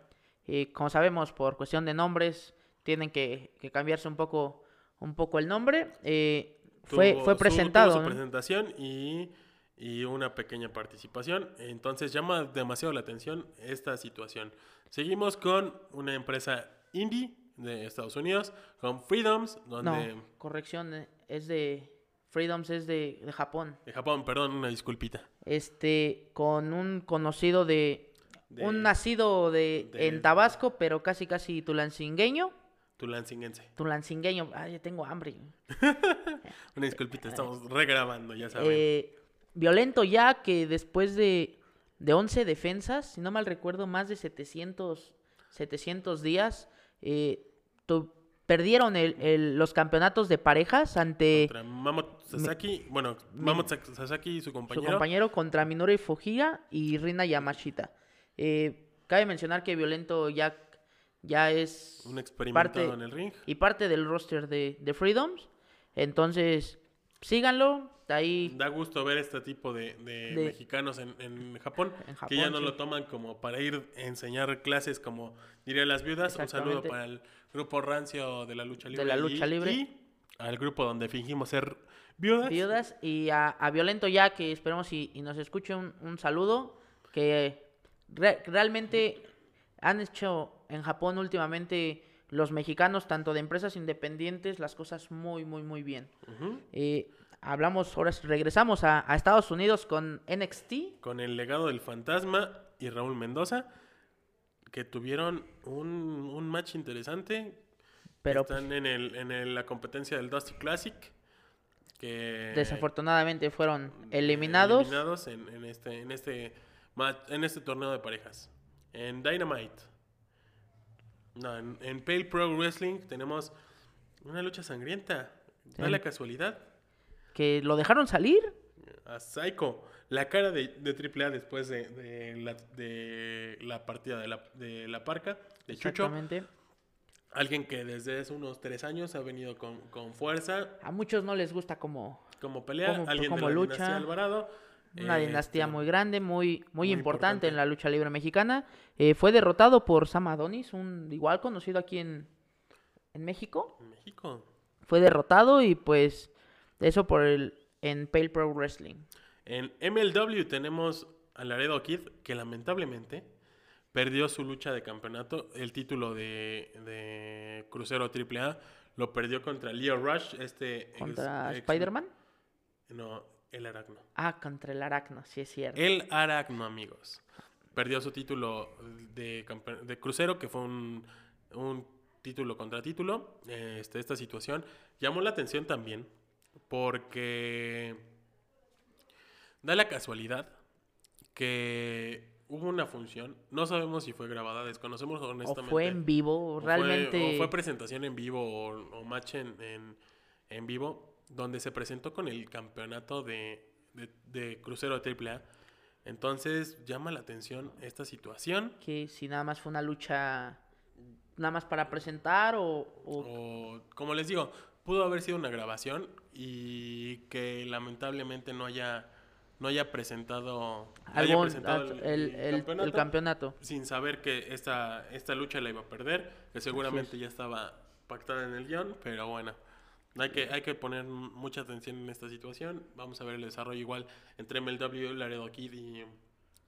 Speaker 3: Y como sabemos, por cuestión de nombres, tienen que, que cambiarse un poco, un poco el nombre. Eh, fue,
Speaker 2: Tuvo-
Speaker 3: fue
Speaker 2: su-
Speaker 3: presentado.
Speaker 2: tuvo su
Speaker 3: ¿no?
Speaker 2: presentación y, y una pequeña participación. Entonces llama demasiado la atención esta situación. Seguimos con una empresa indie de Estados Unidos, con Freedoms, donde...
Speaker 3: No, corrección, eh, es de. Freedoms es de, de Japón.
Speaker 2: De Japón, perdón, una disculpita.
Speaker 3: Este, con un conocido de.
Speaker 2: De-
Speaker 3: un nacido de,
Speaker 2: de-
Speaker 3: en Tabasco, pero casi casi tulancingueño.
Speaker 2: Tulancingense.
Speaker 3: Tulancingueño, ay, ya tengo hambre.
Speaker 2: Una disculpita, estamos regrabando, ya saben.
Speaker 3: Eh, violento ya que después de, de 11 defensas, si no mal recuerdo, más de 700, 700 días, eh, tu- perdieron el- el- los campeonatos de parejas ante
Speaker 2: Contra Mamot Sasaki, bueno, Mamot Sa- Sasaki y su
Speaker 3: su
Speaker 2: compañero.
Speaker 3: compañero contra Minoru Fujiya y Rina Yamashita. Eh, cabe mencionar que Violento ya, ya es
Speaker 2: Un experimentado
Speaker 3: parte-
Speaker 2: en el ring.
Speaker 3: y parte del roster de, de Freedoms. Entonces, síganlo. Ahí
Speaker 2: Da gusto ver este tipo de, de
Speaker 3: De-
Speaker 2: mexicanos en, en Japón,
Speaker 3: En
Speaker 2: que ya
Speaker 3: Japón,
Speaker 2: no
Speaker 3: sí.
Speaker 2: lo toman como para ir a enseñar clases, como diría las viudas. Un saludo
Speaker 3: Exactamente.
Speaker 2: para el grupo rancio de la lucha
Speaker 3: De
Speaker 2: libre.
Speaker 3: la
Speaker 2: y-
Speaker 3: lucha libre.
Speaker 2: Y al grupo donde fingimos ser viudas.
Speaker 3: Viudas y a, a Violento ya que esperemos y, y nos escuche un, un saludo que re- realmente han hecho en Japón últimamente los mexicanos tanto de empresas independientes las cosas muy muy muy bien
Speaker 2: Ujú.
Speaker 3: Eh, hablamos ahora sí, regresamos a, a Estados Unidos con NXT
Speaker 2: Con el legado del fantasma y Raúl Mendoza, que tuvieron un, un match interesante.
Speaker 3: pero pues,
Speaker 2: Están en, el, en el- la competencia del Dusty Classic. Que
Speaker 3: pues, desafortunadamente fueron eliminados,
Speaker 2: eh, eliminados en, en este en este ma- en este torneo de parejas en Dynamite no en, en Pale Pro Wrestling tenemos una lucha sangrienta da
Speaker 3: Sí.
Speaker 2: la casualidad
Speaker 3: que lo dejaron salir
Speaker 2: a Psycho la cara de, de AAA después de, de la, de la partida de la, de la parca de Chucho
Speaker 3: Exactamente.
Speaker 2: alguien que desde hace unos tres años ha venido con, con fuerza
Speaker 3: a muchos no les gusta como
Speaker 2: como pelea
Speaker 3: Como-
Speaker 2: alguien
Speaker 3: como
Speaker 2: de la
Speaker 3: lucha.
Speaker 2: dinastía Alvarado
Speaker 3: Una
Speaker 2: eh,
Speaker 3: dinastía
Speaker 2: este,
Speaker 3: muy grande, muy, muy,
Speaker 2: muy
Speaker 3: importante,
Speaker 2: importante.
Speaker 3: en la lucha libre mexicana. Eh, fue derrotado por Sam Adonis, un igual conocido aquí en, en México.
Speaker 2: en México
Speaker 3: Fue derrotado y pues eso por el en Pale Pro Wrestling.
Speaker 2: En MLW tenemos a Laredo Kid, que lamentablemente perdió su lucha de campeonato. El título de, de Crucero AAA lo perdió contra Leo Rush, este... ex-
Speaker 3: Contra
Speaker 2: ex-
Speaker 3: Spider-Man.
Speaker 2: No, el Aracno.
Speaker 3: Ah, contra el Aracno, sí es cierto.
Speaker 2: El Aracno, amigos. Perdió su título de, campe- de crucero, que fue un, un título contra título. Eh, Este, esta situación llamó la atención también porque da la casualidad que hubo una función, no sabemos si fue grabada, desconocemos
Speaker 3: O
Speaker 2: honestamente.
Speaker 3: fue en vivo,
Speaker 2: o fue-
Speaker 3: realmente.
Speaker 2: o Fue, presentación en vivo o, o match en, en- en vivo, donde se presentó con el campeonato de, de, de crucero AAA. Entonces llama la atención esta situación.
Speaker 3: Que si nada más fue una lucha. Nada más para presentar o. o-
Speaker 2: O, como les digo, pudo haber sido una grabación y que lamentablemente no haya, no haya presentado, no haya
Speaker 3: algún-
Speaker 2: presentado
Speaker 3: el, el- el campeonato.
Speaker 2: sin saber que esta, esta lucha la iba a perder, que seguramente ya estaba pactada en el guión, pero bueno. Hay que, hay que poner m- mucha atención en esta situación. Vamos a ver el desarrollo igual entre MLW, Laredo Kid y,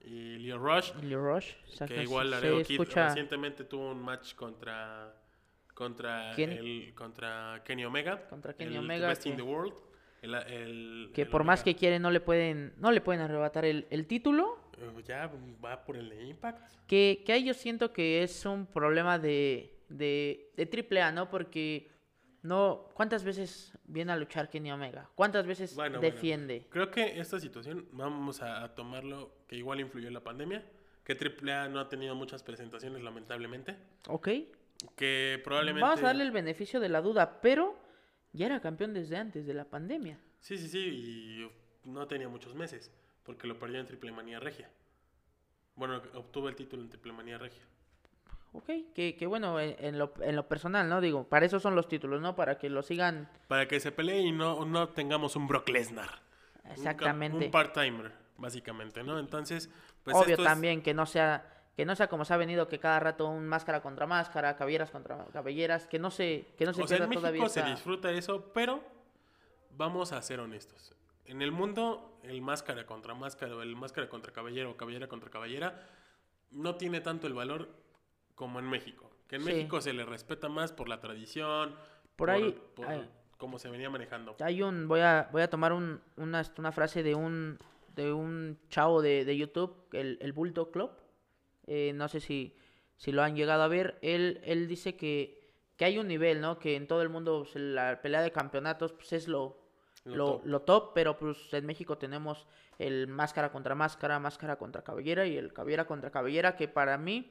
Speaker 2: y Leo Rush.
Speaker 3: Lil Rush. exacto,
Speaker 2: Que igual
Speaker 3: se-
Speaker 2: Laredo
Speaker 3: se
Speaker 2: Kid
Speaker 3: escucha-
Speaker 2: recientemente tuvo un match contra contra
Speaker 3: ¿Quién?
Speaker 2: el- contra Kenny Omega.
Speaker 3: Contra Kenny
Speaker 2: el
Speaker 3: Omega,
Speaker 2: Best in
Speaker 3: que-
Speaker 2: the World. el- el-
Speaker 3: que
Speaker 2: el
Speaker 3: por más que
Speaker 2: Omega.
Speaker 3: quieren no le pueden no le pueden arrebatar el, el título
Speaker 2: Eh, Ya va por el de Impact.
Speaker 3: que, que ahí yo siento que es un problema de de de triple A no porque no cuántas veces viene a luchar Kenny Omega cuántas veces
Speaker 2: Bueno, bueno.
Speaker 3: defiende
Speaker 2: Creo que esta situación, vamos a, a tomarlo, que igual influyó en la pandemia. Que AAA no ha tenido muchas presentaciones, lamentablemente.
Speaker 3: ok
Speaker 2: Que probablemente.
Speaker 3: vamos a darle el beneficio de la duda pero ya era campeón desde antes de la pandemia
Speaker 2: Sí, sí, sí, y no tenía muchos meses, porque lo perdió en Triple Manía Regia. Bueno, obtuvo el título en Triple Manía Regia.
Speaker 3: ok que, que bueno en, en lo, en lo personal no digo para eso son los títulos no para que lo sigan
Speaker 2: Para que se pelee y no, no tengamos un Brock Lesnar. Un cam- Un,
Speaker 3: exactamente
Speaker 2: part-timer, básicamente, ¿no? Entonces, pues
Speaker 3: Obvio
Speaker 2: esto es-
Speaker 3: también que no sea que no sea como se ha venido que cada rato un máscara contra máscara, cabelleras contra cabelleras, que no se que no se
Speaker 2: o sea,
Speaker 3: pierda
Speaker 2: en México
Speaker 3: todavía
Speaker 2: se
Speaker 3: esa-
Speaker 2: disfruta eso, pero vamos a ser honestos. En el mundo, el máscara contra máscara, o el máscara contra caballero, o caballera contra caballera, no tiene tanto el valor como en México. Que en
Speaker 3: Sí.
Speaker 2: México se le respeta más por la tradición,
Speaker 3: Por ahí-
Speaker 2: por
Speaker 3: ay.
Speaker 2: cómo se venía manejando.
Speaker 3: Hay un voy a voy a tomar un- una, este, una frase de un de un chavo de, de YouTube, el, el Bulldog Club. eh, no sé si, si lo han llegado a ver. Él, él dice que, que hay un nivel, ¿no? Que en todo el mundo pues, la pelea de campeonatos pues, es lo,
Speaker 2: Lo
Speaker 3: lo, lo
Speaker 2: top.
Speaker 3: top. pero pues en México tenemos el máscara contra máscara, máscara contra cabellera y el cabellera contra cabellera, que para mí,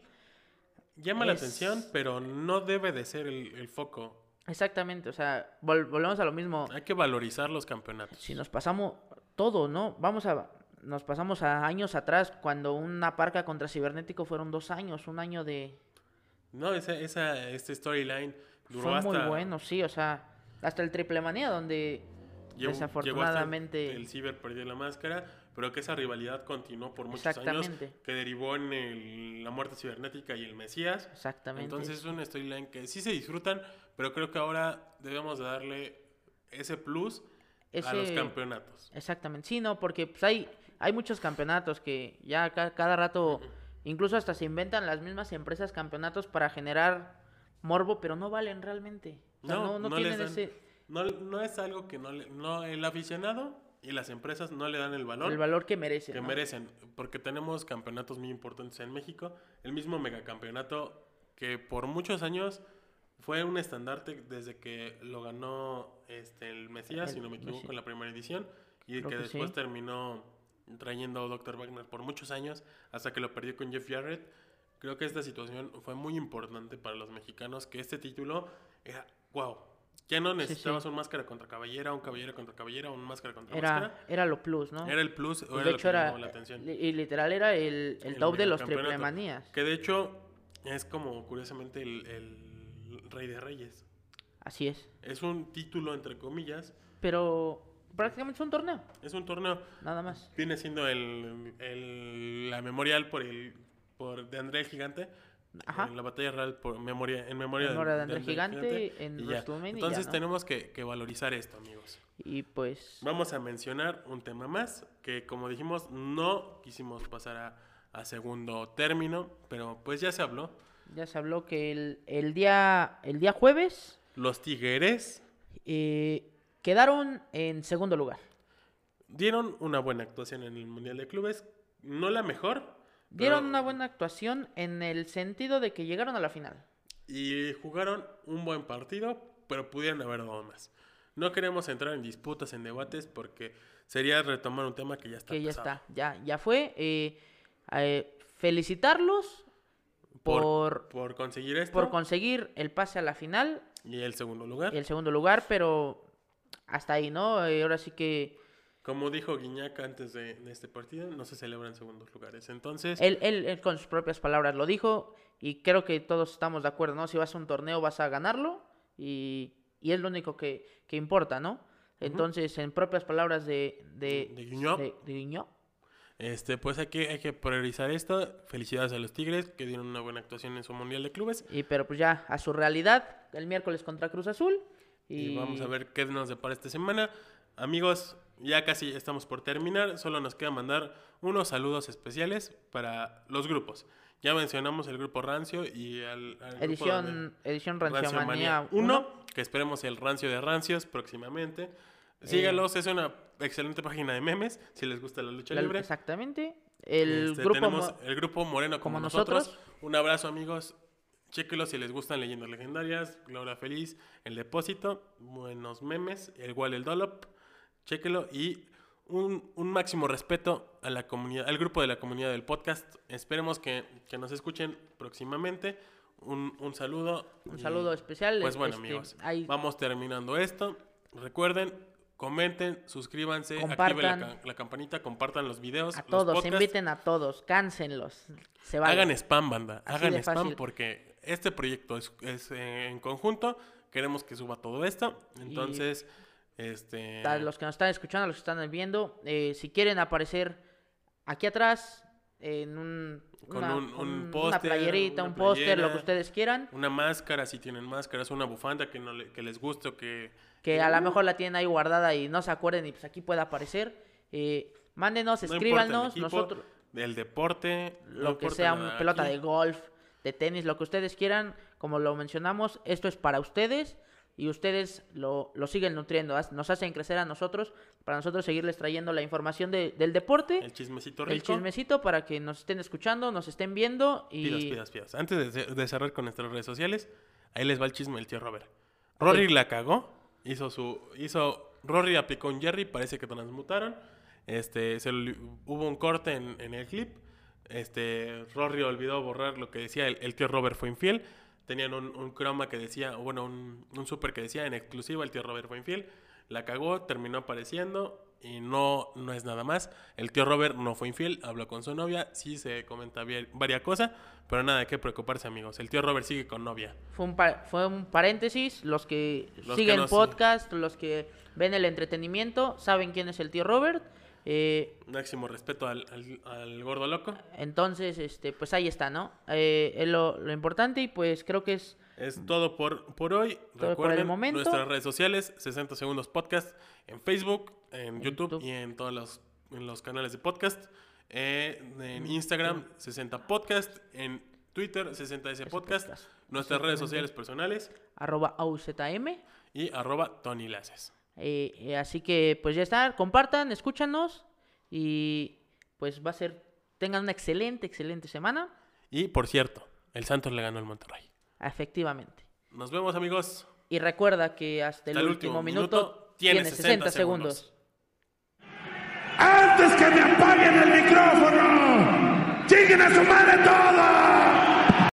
Speaker 2: Llama la
Speaker 3: es-
Speaker 2: atención, pero no debe de ser el, el foco.
Speaker 3: exactamente, o sea, vol- volvemos a lo mismo.
Speaker 2: Hay que valorizar los campeonatos.
Speaker 3: si nos pasamos todo, ¿no? Vamos a, nos pasamos a años atrás, cuando una parca contra cibernético fueron dos años, un año de...
Speaker 2: No, esa, esa este storyline duró
Speaker 3: Fue muy
Speaker 2: hasta-
Speaker 3: bueno, sí, o sea, hasta el triple manía, donde
Speaker 2: Llevo-
Speaker 3: desafortunadamente...
Speaker 2: llegó hasta el Ciber perdió la máscara, pero que esa rivalidad continuó por muchos años,
Speaker 3: Exactamente.
Speaker 2: que derivó en el- la muerte cibernética y el Mesías.
Speaker 3: Exactamente.
Speaker 2: Entonces es un storyline que sí se disfrutan, pero creo que ahora debemos de darle ese plus a los
Speaker 3: Ese-
Speaker 2: campeonatos.
Speaker 3: Exactamente, sí, no, porque pues, hay, hay muchos campeonatos que ya ca- cada, rato, incluso hasta se inventan las mismas empresas campeonatos para generar morbo, pero no valen realmente. O sea, no, no,
Speaker 2: les
Speaker 3: tienen
Speaker 2: dan-
Speaker 3: ese...
Speaker 2: no- no es algo que no, le- no el aficionado y las empresas no le dan el valor.
Speaker 3: El valor que merece.
Speaker 2: que
Speaker 3: ¿no?
Speaker 2: merecen, porque tenemos campeonatos muy importantes en México. El mismo megacampeonato que por muchos años fue un estandarte desde que lo ganó este, el Mesías,
Speaker 3: El
Speaker 2: si no me equivoco,
Speaker 3: Mesías.
Speaker 2: en la primera edición, y
Speaker 3: Creo
Speaker 2: que
Speaker 3: que
Speaker 2: después
Speaker 3: sí.
Speaker 2: terminó trayendo Dr. Wagner por muchos años, hasta que lo perdió con Jeff Jarrett. Creo que esta situación fue muy importante para los mexicanos, que este título era, wow, ya no necesitabas un máscara contra caballera, un caballero contra caballera, un máscara contra
Speaker 3: Era,
Speaker 2: máscara.
Speaker 3: era lo plus, ¿no?
Speaker 2: Era el plus, o
Speaker 3: Ah. Y
Speaker 2: era
Speaker 3: de
Speaker 2: lo
Speaker 3: hecho
Speaker 2: que
Speaker 3: era,
Speaker 2: llamaba la atención.
Speaker 3: li- y literal era el, el
Speaker 2: El
Speaker 3: top de los
Speaker 2: megacampeonato.
Speaker 3: triplemanías.
Speaker 2: Que de hecho es como curiosamente el, el Rey de Reyes.
Speaker 3: Así es.
Speaker 2: Es un título entre comillas,
Speaker 3: Pero prácticamente es un torneo,
Speaker 2: es un torneo.
Speaker 3: nada más.
Speaker 2: Viene siendo el, el- la memorial por el por de André el Gigante.
Speaker 3: Ajá.
Speaker 2: En la batalla real por memoria, en memoria
Speaker 3: En
Speaker 2: de,
Speaker 3: honor a
Speaker 2: de
Speaker 3: André
Speaker 2: André
Speaker 3: el Gigante, en
Speaker 2: y ya.
Speaker 3: WrestleMania y ya,
Speaker 2: Entonces
Speaker 3: ¿no?
Speaker 2: tenemos que, que valorizar esto, amigos.
Speaker 3: Y pues...
Speaker 2: Vamos a mencionar un tema más que como dijimos no quisimos pasar a, a segundo término, pero pues ya se habló.
Speaker 3: Ya se habló que el, el día, el día jueves
Speaker 2: Los Tigres
Speaker 3: eh, quedaron en segundo lugar.
Speaker 2: Dieron una buena actuación en el Mundial de Clubes. No la mejor.
Speaker 3: Dieron
Speaker 2: pero-
Speaker 3: una buena actuación en el sentido de que llegaron a la final.
Speaker 2: Y jugaron un buen partido, pero pudieron haber dado más. No queremos entrar en disputas, en debates, porque sería retomar un tema que ya está.
Speaker 3: que ya
Speaker 2: pasado.
Speaker 3: está, ya, ya fue. eh, eh, felicitarlos por,
Speaker 2: por conseguir esto
Speaker 3: por conseguir el pase a la final
Speaker 2: y el segundo lugar.
Speaker 3: y el segundo lugar, pero hasta ahí, ¿no? Eh, ahora sí que
Speaker 2: Como dijo Guiñac antes de, de este partido, no se celebran segundos lugares. Entonces,
Speaker 3: él, él- él con sus propias palabras lo dijo y creo que todos estamos de acuerdo, ¿no? Si vas a un torneo vas a ganarlo y, y es lo único que, que importa, ¿no? Entonces, en propias palabras de... De,
Speaker 2: De Guiñac.
Speaker 3: de- de Guiñac,
Speaker 2: este, pues hay que, hay que priorizar esto. Felicidades a los Tigres, que dieron una buena actuación en su Mundial de Clubes.
Speaker 3: Y pero pues ya a su realidad, el miércoles contra Cruz Azul. Y,
Speaker 2: Y... vamos a ver qué nos depara esta semana. Amigos, ya casi estamos por terminar. Solo nos queda mandar unos saludos especiales para los grupos. Ya mencionamos el grupo Rancio y al, al grupo donde-
Speaker 3: Edición, edición Ranciomanía
Speaker 2: Ranciomanía
Speaker 3: 1.
Speaker 2: 1, que esperemos el rancio de rancios próximamente.
Speaker 3: Eh.
Speaker 2: Sígalos, es una excelente página de memes, si les gusta la lucha
Speaker 3: la-
Speaker 2: libre.
Speaker 3: Exactamente. El
Speaker 2: Este,
Speaker 3: grupo...
Speaker 2: tenemos
Speaker 3: mo-
Speaker 2: el grupo Moreno como,
Speaker 3: como
Speaker 2: nosotros.
Speaker 3: nosotros.
Speaker 2: Un abrazo, amigos. Chéquenlo si les gustan leyendas legendarias, Gloria Feliz, El Depósito, buenos memes, el Wall el Dollop. Chéquenlo y un, un máximo respeto a la comunidad, al grupo de la comunidad del podcast. Esperemos que, que nos escuchen próximamente. Un, un saludo.
Speaker 3: Un
Speaker 2: y-
Speaker 3: saludo especial.
Speaker 2: Pues bueno,
Speaker 3: este,
Speaker 2: amigos,
Speaker 3: ahí-
Speaker 2: vamos terminando esto. Recuerden, comenten, suscríbanse, activen la,
Speaker 3: Compartan.
Speaker 2: ca- la campanita, compartan los videos.
Speaker 3: A
Speaker 2: los
Speaker 3: todos,
Speaker 2: podcasts.
Speaker 3: inviten a todos, cánsenlos. Se vale.
Speaker 2: Hagan spam, banda.
Speaker 3: Así
Speaker 2: Hagan
Speaker 3: de
Speaker 2: spam
Speaker 3: fácil.
Speaker 2: porque este proyecto es, es, eh, en conjunto. Queremos que suba todo esto. Entonces, este.
Speaker 3: A los que nos están escuchando, a los que están viendo, eh, si quieren aparecer aquí atrás, en un,
Speaker 2: Con
Speaker 3: una,
Speaker 2: un- un
Speaker 3: con una
Speaker 2: póster,
Speaker 3: playerita,
Speaker 2: una
Speaker 3: un póster, lo
Speaker 2: playera.
Speaker 3: que ustedes quieran,
Speaker 2: Una máscara, si tienen máscaras, una bufanda que, no le- que les guste o que.
Speaker 3: que a
Speaker 2: Uh.
Speaker 3: lo mejor la tienen ahí guardada y no se acuerden y pues aquí puede aparecer, eh, mándenos,
Speaker 2: no importa el
Speaker 3: escríbanos,
Speaker 2: equipo,
Speaker 3: nosotros,
Speaker 2: Del deporte. no
Speaker 3: lo que
Speaker 2: importa
Speaker 3: sea,
Speaker 2: nada
Speaker 3: una pelota
Speaker 2: aquí.
Speaker 3: de golf, de tenis, lo que ustedes quieran, como lo mencionamos, esto es para ustedes y ustedes lo, lo siguen nutriendo, as- nos hacen crecer a nosotros, para nosotros seguirles trayendo la información de- del deporte,
Speaker 2: El
Speaker 3: el,
Speaker 2: chismecito rico.
Speaker 3: chismecito, para que nos estén escuchando, nos estén viendo y...
Speaker 2: Pidas, pidas, pidas. Antes de, de cerrar con nuestras redes sociales, ahí les va el chisme del tío Robert. Rory la cagó, hizo su, hizo, Rory aplicó un Jerry, parece que transmutaron. Este, se lo- hubo un corte en, en el clip. Este, Rory olvidó borrar lo que decía el, el tío Robert fue infiel. Tenían un, un croma que decía, o bueno, un, un super que decía en exclusiva el tío Robert fue infiel. La cagó, terminó apareciendo y no, no es nada más. El tío Robert no fue infiel, habló con su novia, sí se comenta bien varias cosas, pero nada de qué preocuparse amigos. El tío Robert sigue con novia.
Speaker 3: Fue un, pa- fue un paréntesis. Los que
Speaker 2: que
Speaker 3: siguen
Speaker 2: no, sí.
Speaker 3: podcast, los que ven el entretenimiento, saben quién es el tío Robert. Eh,
Speaker 2: Máximo respeto al, al- al gordo loco.
Speaker 3: entonces, este, pues ahí está, ¿no? Eh, es lo, lo importante y pues creo que es
Speaker 2: Es todo por, por hoy.
Speaker 3: por el
Speaker 2: Recuerden
Speaker 3: momento.
Speaker 2: nuestras redes sociales, 60 segundos podcast, en Facebook, en, YouTube,
Speaker 3: YouTube.
Speaker 2: y en todos los, en los canales de podcast. Eh,
Speaker 3: Mm.
Speaker 2: en Instagram, 60 podcast, en Twitter, 60S podcast,
Speaker 3: podcast.
Speaker 2: nuestras redes sociales personales
Speaker 3: arroba AUZM.
Speaker 2: y arroba Tony Laces.
Speaker 3: Eh, eh, así que pues ya está, compartan, escúchanos y pues va a ser, tengan una excelente, excelente semana,
Speaker 2: Y por cierto, el Santos le ganó al Monterrey.
Speaker 3: efectivamente.
Speaker 2: Nos vemos amigos.
Speaker 3: Y recuerda que hasta el, último, minuto, tienes 60, segundos.
Speaker 2: segundos.
Speaker 4: antes que me apaguen el micrófono. ¡Chinguen a su madre todos!